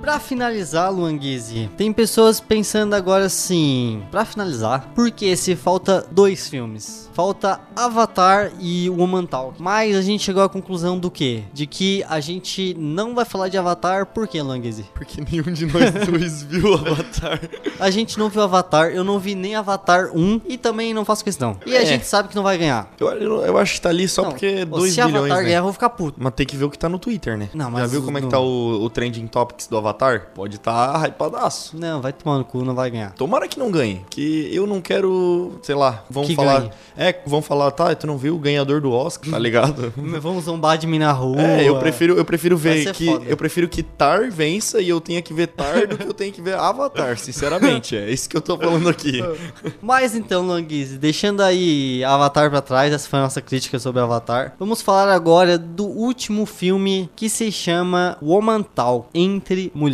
S3: Pra finalizar, Luanguise, tem pessoas pensando agora assim, pra finalizar, porque se falta dois filmes. Falta Avatar e Woman Talk. Mas a gente chegou à conclusão do quê? De que a gente não vai falar de Avatar, por quê, Luanguise?
S2: Porque nenhum de nós dois viu o Avatar.
S3: A gente não viu Avatar, eu não vi nem Avatar 1 e também não faço questão. E a
S2: É.
S3: gente sabe que não vai ganhar.
S2: Eu, eu- eu acho que tá ali só
S3: Não,
S2: porque é
S3: se
S2: 2
S3: Avatar
S2: bilhões, né?
S3: ganhar, eu vou ficar puto.
S2: Mas tem que ver o que tá no Twitter, né?
S3: Não,
S2: Já
S3: mas
S2: viu
S3: o-
S2: como é que
S3: no-
S2: tá o, o trending topics do Avatar? Pode tá hypadaço.
S3: Não, vai tomar no cu, não vai ganhar.
S2: Tomara que não ganhe, que eu não quero, sei lá, vão
S3: Que
S2: falar,
S3: ganhe.
S2: é, vão falar, tá, tu não viu o ganhador do Oscar, tá ligado?
S3: Vamos zombar de mim na rua.
S2: É, eu prefiro, eu prefiro
S3: Vai
S2: ver
S3: ser
S2: que
S3: foda.
S2: eu prefiro que Tar vença e eu tenha que ver Tar do que eu tenha que ver Avatar, sinceramente, é isso que eu tô falando aqui.
S3: Mas então, Languise, deixando aí Avatar pra trás, essa foi a nossa crítica sobre Avatar. Vamos falar agora do último filme que se chama Woman Talk Entre Mulheres.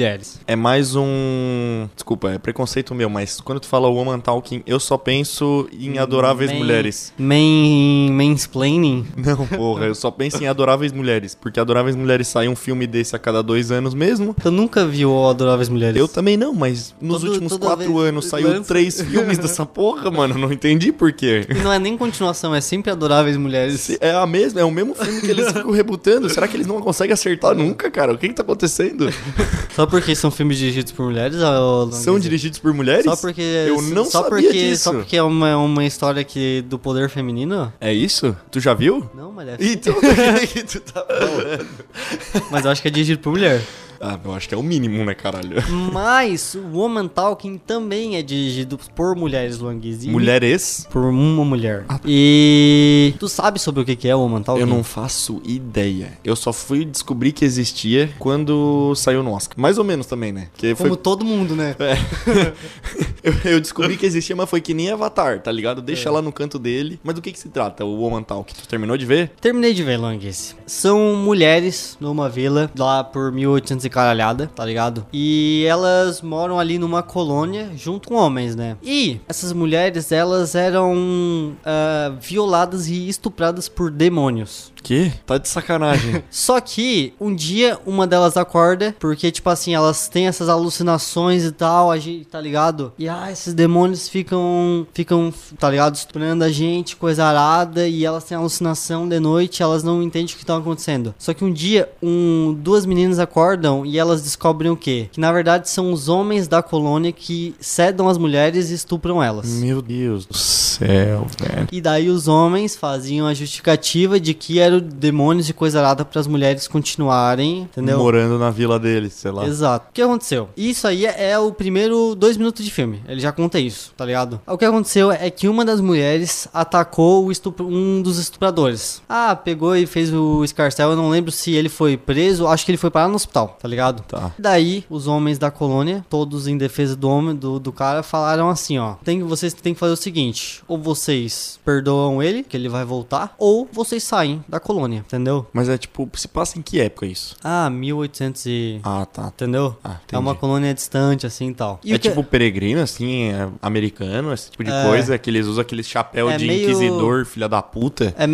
S2: É mais um, desculpa, é preconceito meu, mas quando tu fala Woman Talking, eu só penso em adoráveis
S3: Man-
S2: mulheres.
S3: Man, mansplaining?
S2: Não, porra, eu só penso em adoráveis mulheres, porque adoráveis mulheres sai um filme desse a cada dois anos mesmo.
S3: Eu nunca vi o Adoráveis Mulheres.
S2: Eu também não, mas nos
S3: Todo-
S2: últimos
S3: toda
S2: quatro
S3: vez
S2: anos saiu
S3: lança.
S2: três filmes dessa porra, mano. Não entendi por quê.
S3: E não é nem continuação, é sempre Adoráveis Mulheres.
S2: Se- É, a mesma, é o mesmo filme que eles ficam rebutando. Será que eles não conseguem acertar nunca, cara? O que, que tá acontecendo?
S3: Só porque são filmes dirigidos por mulheres? ô, Languise?
S2: São dirigidos por mulheres?
S3: Só porque.
S2: Eu não
S3: só
S2: sabia
S3: porque,
S2: disso.
S3: Só porque é uma, uma história que, do poder feminino?
S2: É isso? Tu já viu?
S3: Não, mas é.
S2: Então, o que que tu tá falando?
S3: Mas eu acho que é dirigido por mulher.
S2: Ah, eu acho que é o mínimo, né, caralho?
S3: Mas o Woman Talking também é dirigido por mulheres Luanguiz.
S2: Mulheres?
S3: Por uma mulher. E. Tu sabe sobre o que que é Woman Talking?
S2: Ah, tá. Eu não faço ideia. Eu só fui descobrir que existia quando saiu no Oscar. Mais ou menos também, né? Porque foi
S3: Como todo mundo, né?
S2: É. Eu, eu descobri que existia, mas foi que nem Avatar, tá ligado? Deixa lá no canto dele. Mas do que que se trata, o Woman Talk? Tu terminou de ver?
S3: Terminei de ver Languiz. São mulheres numa vila lá por caralhada, tá ligado? E elas moram ali numa colônia junto com homens, né? E essas mulheres, elas eram ah, violadas e estupradas por demônios.
S2: Que? Tá de sacanagem.
S3: Só que um dia uma delas acorda, porque, tipo assim, elas têm essas alucinações e tal, a gente, tá ligado? E ah, esses demônios ficam, ficam, tá ligado? Estuprando a gente, coisa arada, e elas têm alucinação de noite, elas não entendem o que tá acontecendo. Só que um dia, um, duas meninas acordam e elas descobrem o quê? Que na verdade são os homens da colônia que sedam as mulheres e estupram elas.
S2: Meu Deus do céu, velho.
S3: E daí os homens faziam a justificativa de que eram demônios de coisa arada para as mulheres continuarem, entendeu?
S2: Morando na vila dele, sei lá.
S3: Exato. O que aconteceu? Isso aí é o primeiro dois minutos de filme. Ele já conta isso, tá ligado? O que aconteceu é que uma das mulheres atacou o estupro- um dos estupradores. Ah, pegou e fez o escarcel. Eu não lembro se ele foi preso. Acho que ele foi parar no hospital, tá ligado?
S2: Tá.
S3: Daí, os homens da colônia, todos em defesa do homem, do, do cara, falaram assim, ó. Tem, vocês têm que fazer o seguinte. Ou vocês perdoam ele, que ele vai voltar. Ou vocês saem da colônia, entendeu?
S2: Mas é tipo, se passa em que época isso?
S3: Ah, 1800 e...
S2: Ah, tá.
S3: Entendeu?
S2: Ah,
S3: é uma
S2: entendi.
S3: colônia distante, assim, e tal. E
S2: é
S3: o que-
S2: tipo peregrino, assim, é americano, esse tipo de
S3: É.
S2: coisa, que eles usam aquele chapéu
S3: É
S2: de
S3: meio-
S2: inquisidor, filha da puta.
S3: É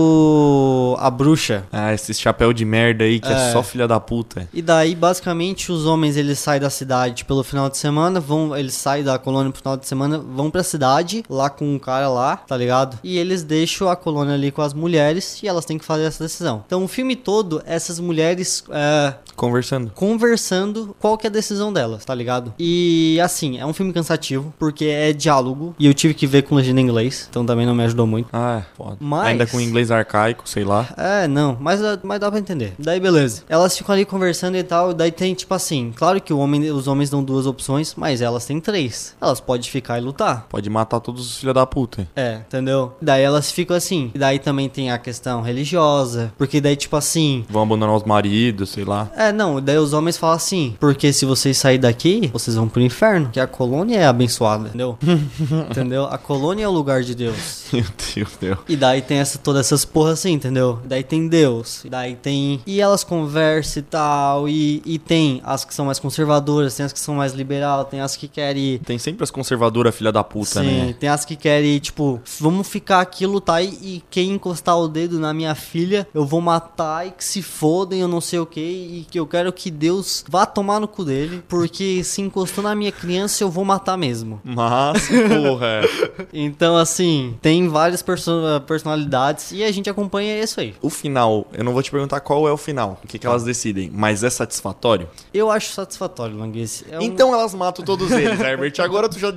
S3: meio a bruxa.
S2: Ah, esse chapéu de merda aí que é,
S3: É.
S2: só filha da puta.
S3: E daí, basicamente, os homens eles saem da cidade pelo final de semana, vão, eles saem da colônia pro final de semana, vão pra cidade, lá com o cara lá, tá ligado? E eles deixam a colônia ali com as mulheres e elas têm que fazer essa decisão. Então, o filme todo, essas mulheres é,
S2: Conversando.
S3: conversando qual que é a decisão delas, tá ligado? E assim, é um filme cansativo, porque é diálogo, e eu tive que ver com legenda em inglês, então também não me ajudou muito.
S2: Ah, foda.
S3: Mas-
S2: Ainda com inglês arcaico, sei lá.
S3: É, não, mas, dá- mas dá pra entender. Daí beleza. Elas ficam ali conversando e tal, daí tem tipo assim, claro que o homem, os homens dão duas opções, mas elas têm três. Elas podem ficar e lutar.
S2: Pode matar todos os filha da puta.
S3: É, entendeu? Daí elas ficam assim. E daí também tem a questão religiosa, porque daí tipo assim,
S2: Vão abandonar os maridos, sei lá.
S3: é, não, daí os homens falam assim, porque se vocês saírem daqui, vocês vão pro inferno, que a colônia é abençoada, entendeu? entendeu? A colônia é o lugar de Deus.
S2: Meu Deus, Deus.
S3: E daí tem essa, todas essas porras assim, entendeu? Daí tem Deus, e daí tem. E elas conversam e tal, e, e tem as que são mais conservadoras, tem as que são mais liberal, tem as que querem.
S2: Tem sempre as conservadoras, filha da puta,
S3: Sim,
S2: né?
S3: tem as que querem, tipo, vamos ficar aqui, lutar e, e quem encostar o dedo na minha filha, eu vou matar e que se fodem, eu não sei o que, e que eu quero que Deus vá tomar no cu dele, porque se encostou na minha criança, eu vou matar mesmo.
S2: Mas, porra. é.
S3: Então, assim, tem várias perso- personalidades e a gente acompanha isso aí.
S2: o final, eu não vou te perguntar qual é o final, o que, que elas decidem, mas é satisfatório?
S3: Eu acho satisfatório, Languice. É um-
S2: Então elas matam todos eles, Herbert. Agora tu já,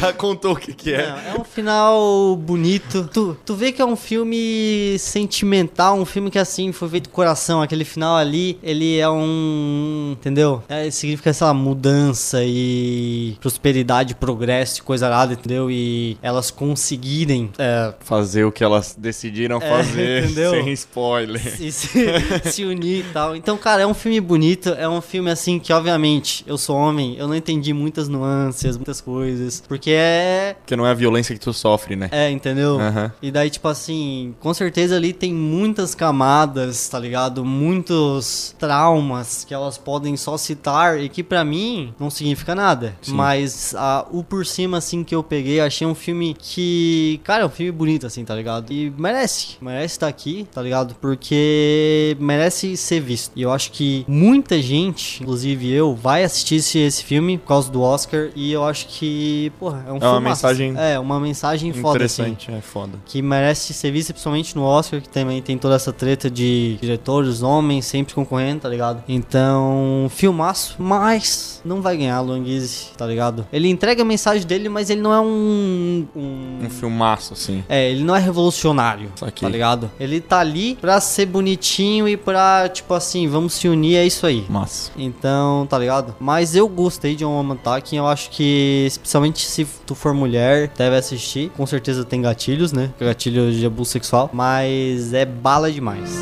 S2: já contou o que, que é.
S3: Não, é um final bonito. Tu, tu vê que é um filme sentimental, um filme que assim foi feito com coração. Aquele final ali, ele é um. Entendeu? É, significa, sei lá, mudança e prosperidade, progresso, e coisa arada, entendeu? E elas conseguirem. é,
S2: Fazer o que elas decidiram fazer,
S3: entendeu?
S2: sem spoiler.
S3: se, se- se unir e tal. Então, cara, é um filme bonito. É um filme assim que, obviamente, eu sou homem, eu não entendi muitas nuances, muitas coisas. Porque é,
S2: Porque não é a violência que tu sofre, né?
S3: É, entendeu?
S2: Aham.
S3: E daí, tipo assim, com certeza ali tem muitas camadas, tá ligado? Muitos traumas que elas podem só citar e que pra mim não significa nada.
S2: Sim.
S3: Mas ah, o por cima, assim, que eu peguei, achei um filme que. Cara, é um filme bonito, assim, tá ligado? E merece. Merece estar aqui, tá ligado? Porque merece ser visto. E eu acho que muita gente, inclusive eu, vai assistir esse, esse filme por causa do Oscar. E eu acho que, porra, é
S2: É
S3: um
S2: uma
S3: filmaço.
S2: mensagem
S3: É, uma mensagem foda, assim.
S2: Interessante, é foda.
S3: Que merece ser vista, principalmente no Oscar, que também tem toda essa treta de diretores, homens, sempre concorrendo, tá ligado? Então, filmaço, mas não vai ganhar Longuise, tá ligado? Ele entrega a mensagem dele, mas ele não é um. um-
S2: Um filmaço, assim.
S3: É, ele não é revolucionário,
S2: Saquei.
S3: tá ligado? Ele tá ali pra ser bonitinho e pra, tipo assim, vamos se unir, é isso aí.
S2: Massa.
S3: Então, tá ligado? Mas eu gostei de Woman Talking. Eu acho que, especialmente se tu for mulher, deve assistir. Com certeza tem gatilhos, né? Gatilho de abuso sexual. Mas é bala demais.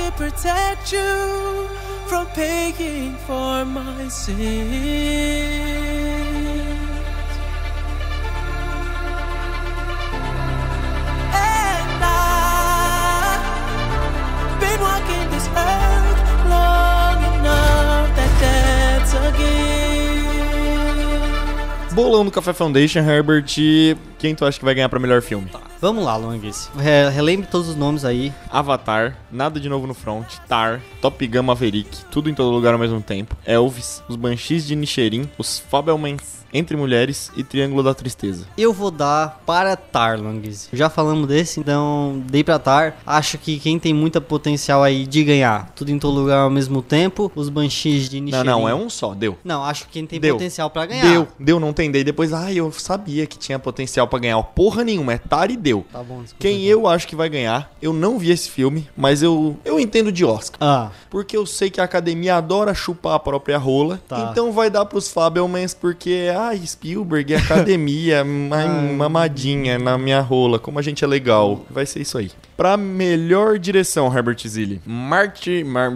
S4: I
S5: protect you from paying for my sins. And I've been walking this earth long enough that that's a gift.
S2: Bolão do Café Foundation, Herbert. e Quem tu acha que vai ganhar pra melhor filme?
S3: Vamos lá, Longuice. Re relembre todos os nomes aí.
S2: Avatar, Nada de Novo no Front, Tar, Top Gun Maverick, Tudo em Todo Lugar ao Mesmo Tempo, Elvis, Os Banshees de Nichirin, Os Fabelmans, Entre Mulheres e Triângulo da Tristeza.
S3: Eu vou dar para Tar, Longuice. Já falamos desse, então dei pra Tar. Acho que quem tem muita potencial aí de ganhar tudo em todo lugar ao mesmo tempo, os Banshees de
S2: Não,
S3: Nichiren.
S2: não, é um só, deu.
S3: Não, acho que quem tem
S2: Deu.
S3: potencial pra ganhar.
S2: Deu, deu, não tem. Daí depois, ah, eu sabia que tinha potencial pra ganhar. Porra nenhuma, é Tar e deu.
S3: Tá bom, desculpa.
S2: Quem
S3: então.
S2: eu acho que vai ganhar, eu não vi esse filme, mas eu, eu entendo de Oscar.
S3: Ah,
S2: Porque eu sei que a academia adora chupar a própria rola.
S3: Tá.
S2: Então vai dar pros Fabelmans, porque, ai, Spielberg, é academia, ma- mamadinha na minha rola, como a gente é legal. Vai ser isso aí. Pra melhor direção, Herbert Zilli. Martin. Mar-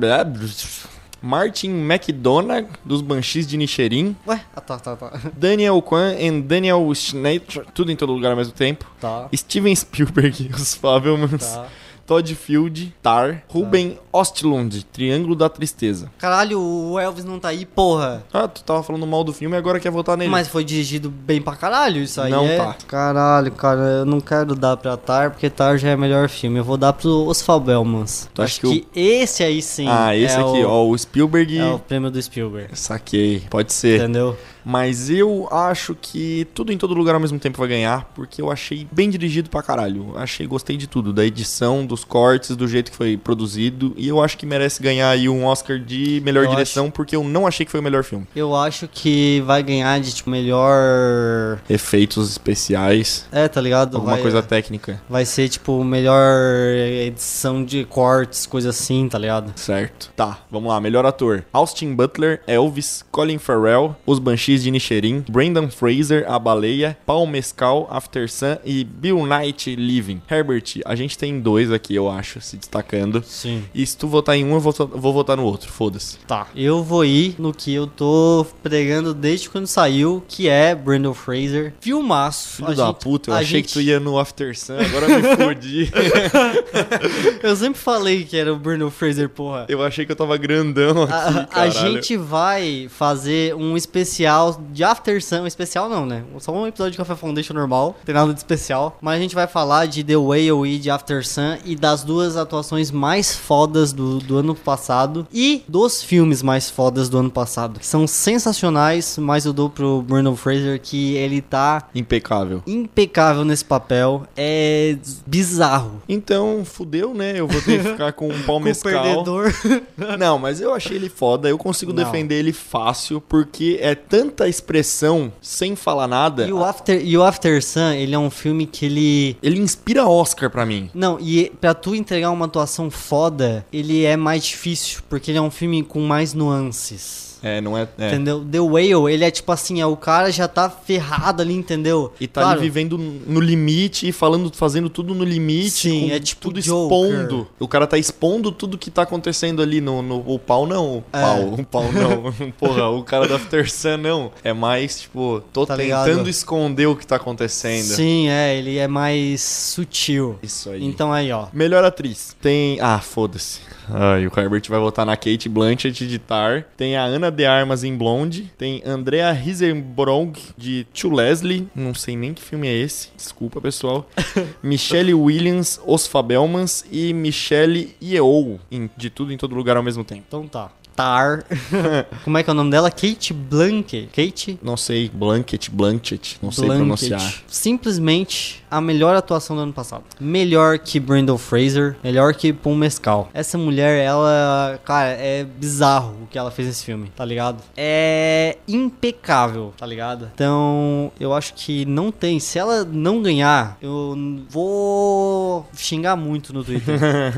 S2: Martin McDonagh, dos Banshees de Nichirin.
S3: ué? Ah, tá, tá, tá.
S2: Daniel Kwan e Daniel Schneider, tudo em todo lugar ao mesmo tempo.
S3: Tá.
S2: Steven Spielberg, os Fabelmans.
S3: Tá.
S2: Todd Field, Tar, Ruben Ostlund, Triângulo da Tristeza.
S3: Caralho, o Elvis não tá aí, porra.
S2: Ah, tu tava falando mal do filme e agora quer votar nele.
S3: Mas foi dirigido bem pra caralho, isso aí.
S2: Não
S3: é...
S2: tá.
S3: Caralho, cara, eu não quero dar pra Tar, porque Tar já é melhor filme. Eu vou dar pro Os Fabelmans.
S2: Tu acha
S3: Acho
S2: que o-
S3: que, esse aí sim.
S2: ah, esse
S3: é
S2: aqui,
S3: o...
S2: ó, o Spielberg.
S3: É o prêmio do Spielberg.
S2: Saquei, pode ser.
S3: Entendeu?
S2: Mas eu acho que tudo em todo lugar ao mesmo tempo vai ganhar, porque eu achei bem dirigido pra caralho. Achei, gostei de tudo, da edição, dos cortes, do jeito que foi produzido. E eu acho que merece ganhar aí um Oscar de melhor
S3: Eu
S2: direção, porque eu não achei que foi o melhor filme.
S3: Eu acho que vai ganhar de tipo melhor.
S2: Efeitos especiais,
S3: É, tá ligado?
S2: alguma
S3: vai,
S2: coisa técnica,
S3: vai ser tipo melhor eh, edição de cortes, coisa assim, tá ligado?
S2: certo? Tá, vamos lá, melhor ator. Austin Butler, Elvis, Colin Farrell, Os Banshees de Nichirin, Brendan Fraser, A Baleia, Paul Mescal, After Sun e Bill Knight Living. Herbert, a gente tem dois aqui, eu acho, se destacando.
S3: Sim.
S2: E se tu votar em um, eu vou, vou votar no outro, foda-se.
S3: Tá. Eu vou ir no que eu tô pregando desde quando saiu, que é Brandon Fraser. Filmaço.
S2: Filho
S3: A
S2: da
S3: gente-
S2: puta, eu
S3: a
S2: achei que
S3: gente-
S2: tu ia no After Sun, agora me fodi.
S3: Eu sempre falei que era o Brandon Fraser, porra.
S2: eu achei que eu tava grandão aqui,
S3: A, a
S2: caralho.
S3: gente vai fazer um especial de After Sun. Especial não, né? Só um episódio de Café Foundation normal. Não tem nada de especial. Mas a gente vai falar de The Whale e de After Sun e das duas atuações mais fodas do, do ano passado. E dos filmes mais fodas do ano passado. Que são sensacionais, mas eu dou pro Bruno Fraser que ele tá
S2: Impecável.
S3: impecável nesse papel. É bizarro.
S2: Então, fudeu, né? Eu vou ter que ficar com um pau
S3: Com o
S2: mescal.
S3: perdedor.
S2: Não, mas eu achei ele foda, eu consigo
S3: Não.
S2: defender ele fácil, porque é tanta expressão sem falar nada.
S3: E o, After, e o After Sun, ele é um filme que ele
S2: Ele inspira Oscar pra mim.
S3: Não, e pra tu entregar uma atuação foda, ele é mais difícil, porque ele é um filme com mais nuances.
S2: É, não é. é.
S3: Entendeu? The Whale, ele é tipo assim, é, o cara já tá ferrado ali, entendeu?
S2: E tá
S3: Claro,
S2: ali vivendo no limite e falando, fazendo tudo no limite.
S3: Sim,
S2: com
S3: é tipo
S2: tudo
S3: Joker.
S2: expondo. O cara tá expondo tudo que tá acontecendo ali no, no o pau não, o
S3: É.
S2: pau, o pau não. Porra, o cara do After Sun não. É mais tipo, tô
S3: Tá ligado?
S2: tentando esconder o que tá acontecendo.
S3: Sim, é, ele é mais sutil.
S2: Isso aí.
S3: Então aí, ó.
S2: Melhor atriz. Tem. Ah, foda-se. Ai, o Herbert vai votar na Kate Blanchett de Tar. Tem a Ana de Armas em Blonde. Tem Andrea Risenbrong de Tio Leslie. Não sei nem que filme é esse. Desculpa, pessoal. Michelle Williams, Os Fabelmans. E Michelle Yeoh, em De Tudo em Todo Lugar ao mesmo tempo.
S3: Então tá. Tar. Como é que é o nome dela? Kate Blanket. Kate
S2: Não sei. Blanket, Blanchett. Não sei
S3: Blanchett.
S2: pronunciar.
S3: Simplesmente a melhor atuação do ano passado. Melhor que Brendan Fraser, melhor que Pum Mescal. Essa mulher, ela, cara, é bizarro o que ela fez nesse filme, tá ligado? É impecável, tá ligado? Então, eu acho que não tem. Se ela não ganhar, eu n- vou xingar muito no Twitter.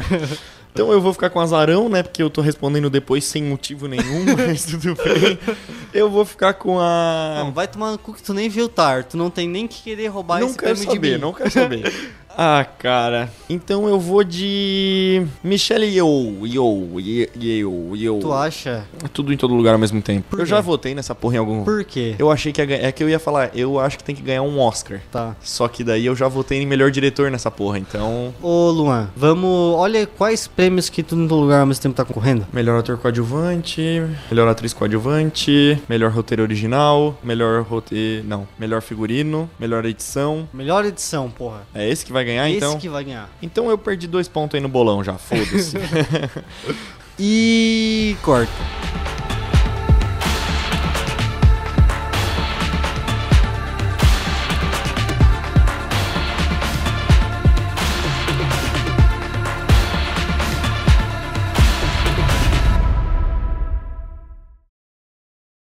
S2: Então eu vou ficar com azarão, né? Porque eu tô respondendo depois sem motivo nenhum, mas tudo bem. Eu vou ficar com a.
S3: não, vai tomar no cu que tu nem viu Tar. Tu não tem nem que querer roubar
S2: não
S3: esse
S2: quero
S3: prêmio de
S2: saber,
S3: mim.
S2: não quero saber. Ah, cara. Então eu vou de. Michelle Yeoh, Yeoh, Ye- Yeoh, Yeoh.
S3: Tu acha?
S2: Tudo em todo lugar ao mesmo tempo.
S3: Por
S2: eu
S3: quê?
S2: já votei nessa porra em algum.
S3: Por quê?
S2: Eu achei que ia ganhar. É que eu ia falar, eu acho que tem que ganhar um Oscar.
S3: Tá.
S2: Só que daí eu já votei em melhor diretor nessa porra, então.
S3: Ô, Luan, vamos. Olha quais prêmios que tudo em todo lugar ao mesmo tempo tá concorrendo.
S2: Melhor ator coadjuvante, melhor atriz coadjuvante, melhor roteiro original, melhor roteiro. Não, melhor figurino, melhor edição.
S3: Melhor edição, porra.
S2: É esse que vai ganhar, então?
S3: Esse que vai ganhar.
S2: Então eu perdi dois pontos aí no bolão já, foda-se.
S3: E corta.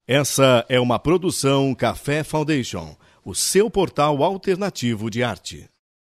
S6: Essa é uma produção Café Foundation, o seu portal alternativo de arte.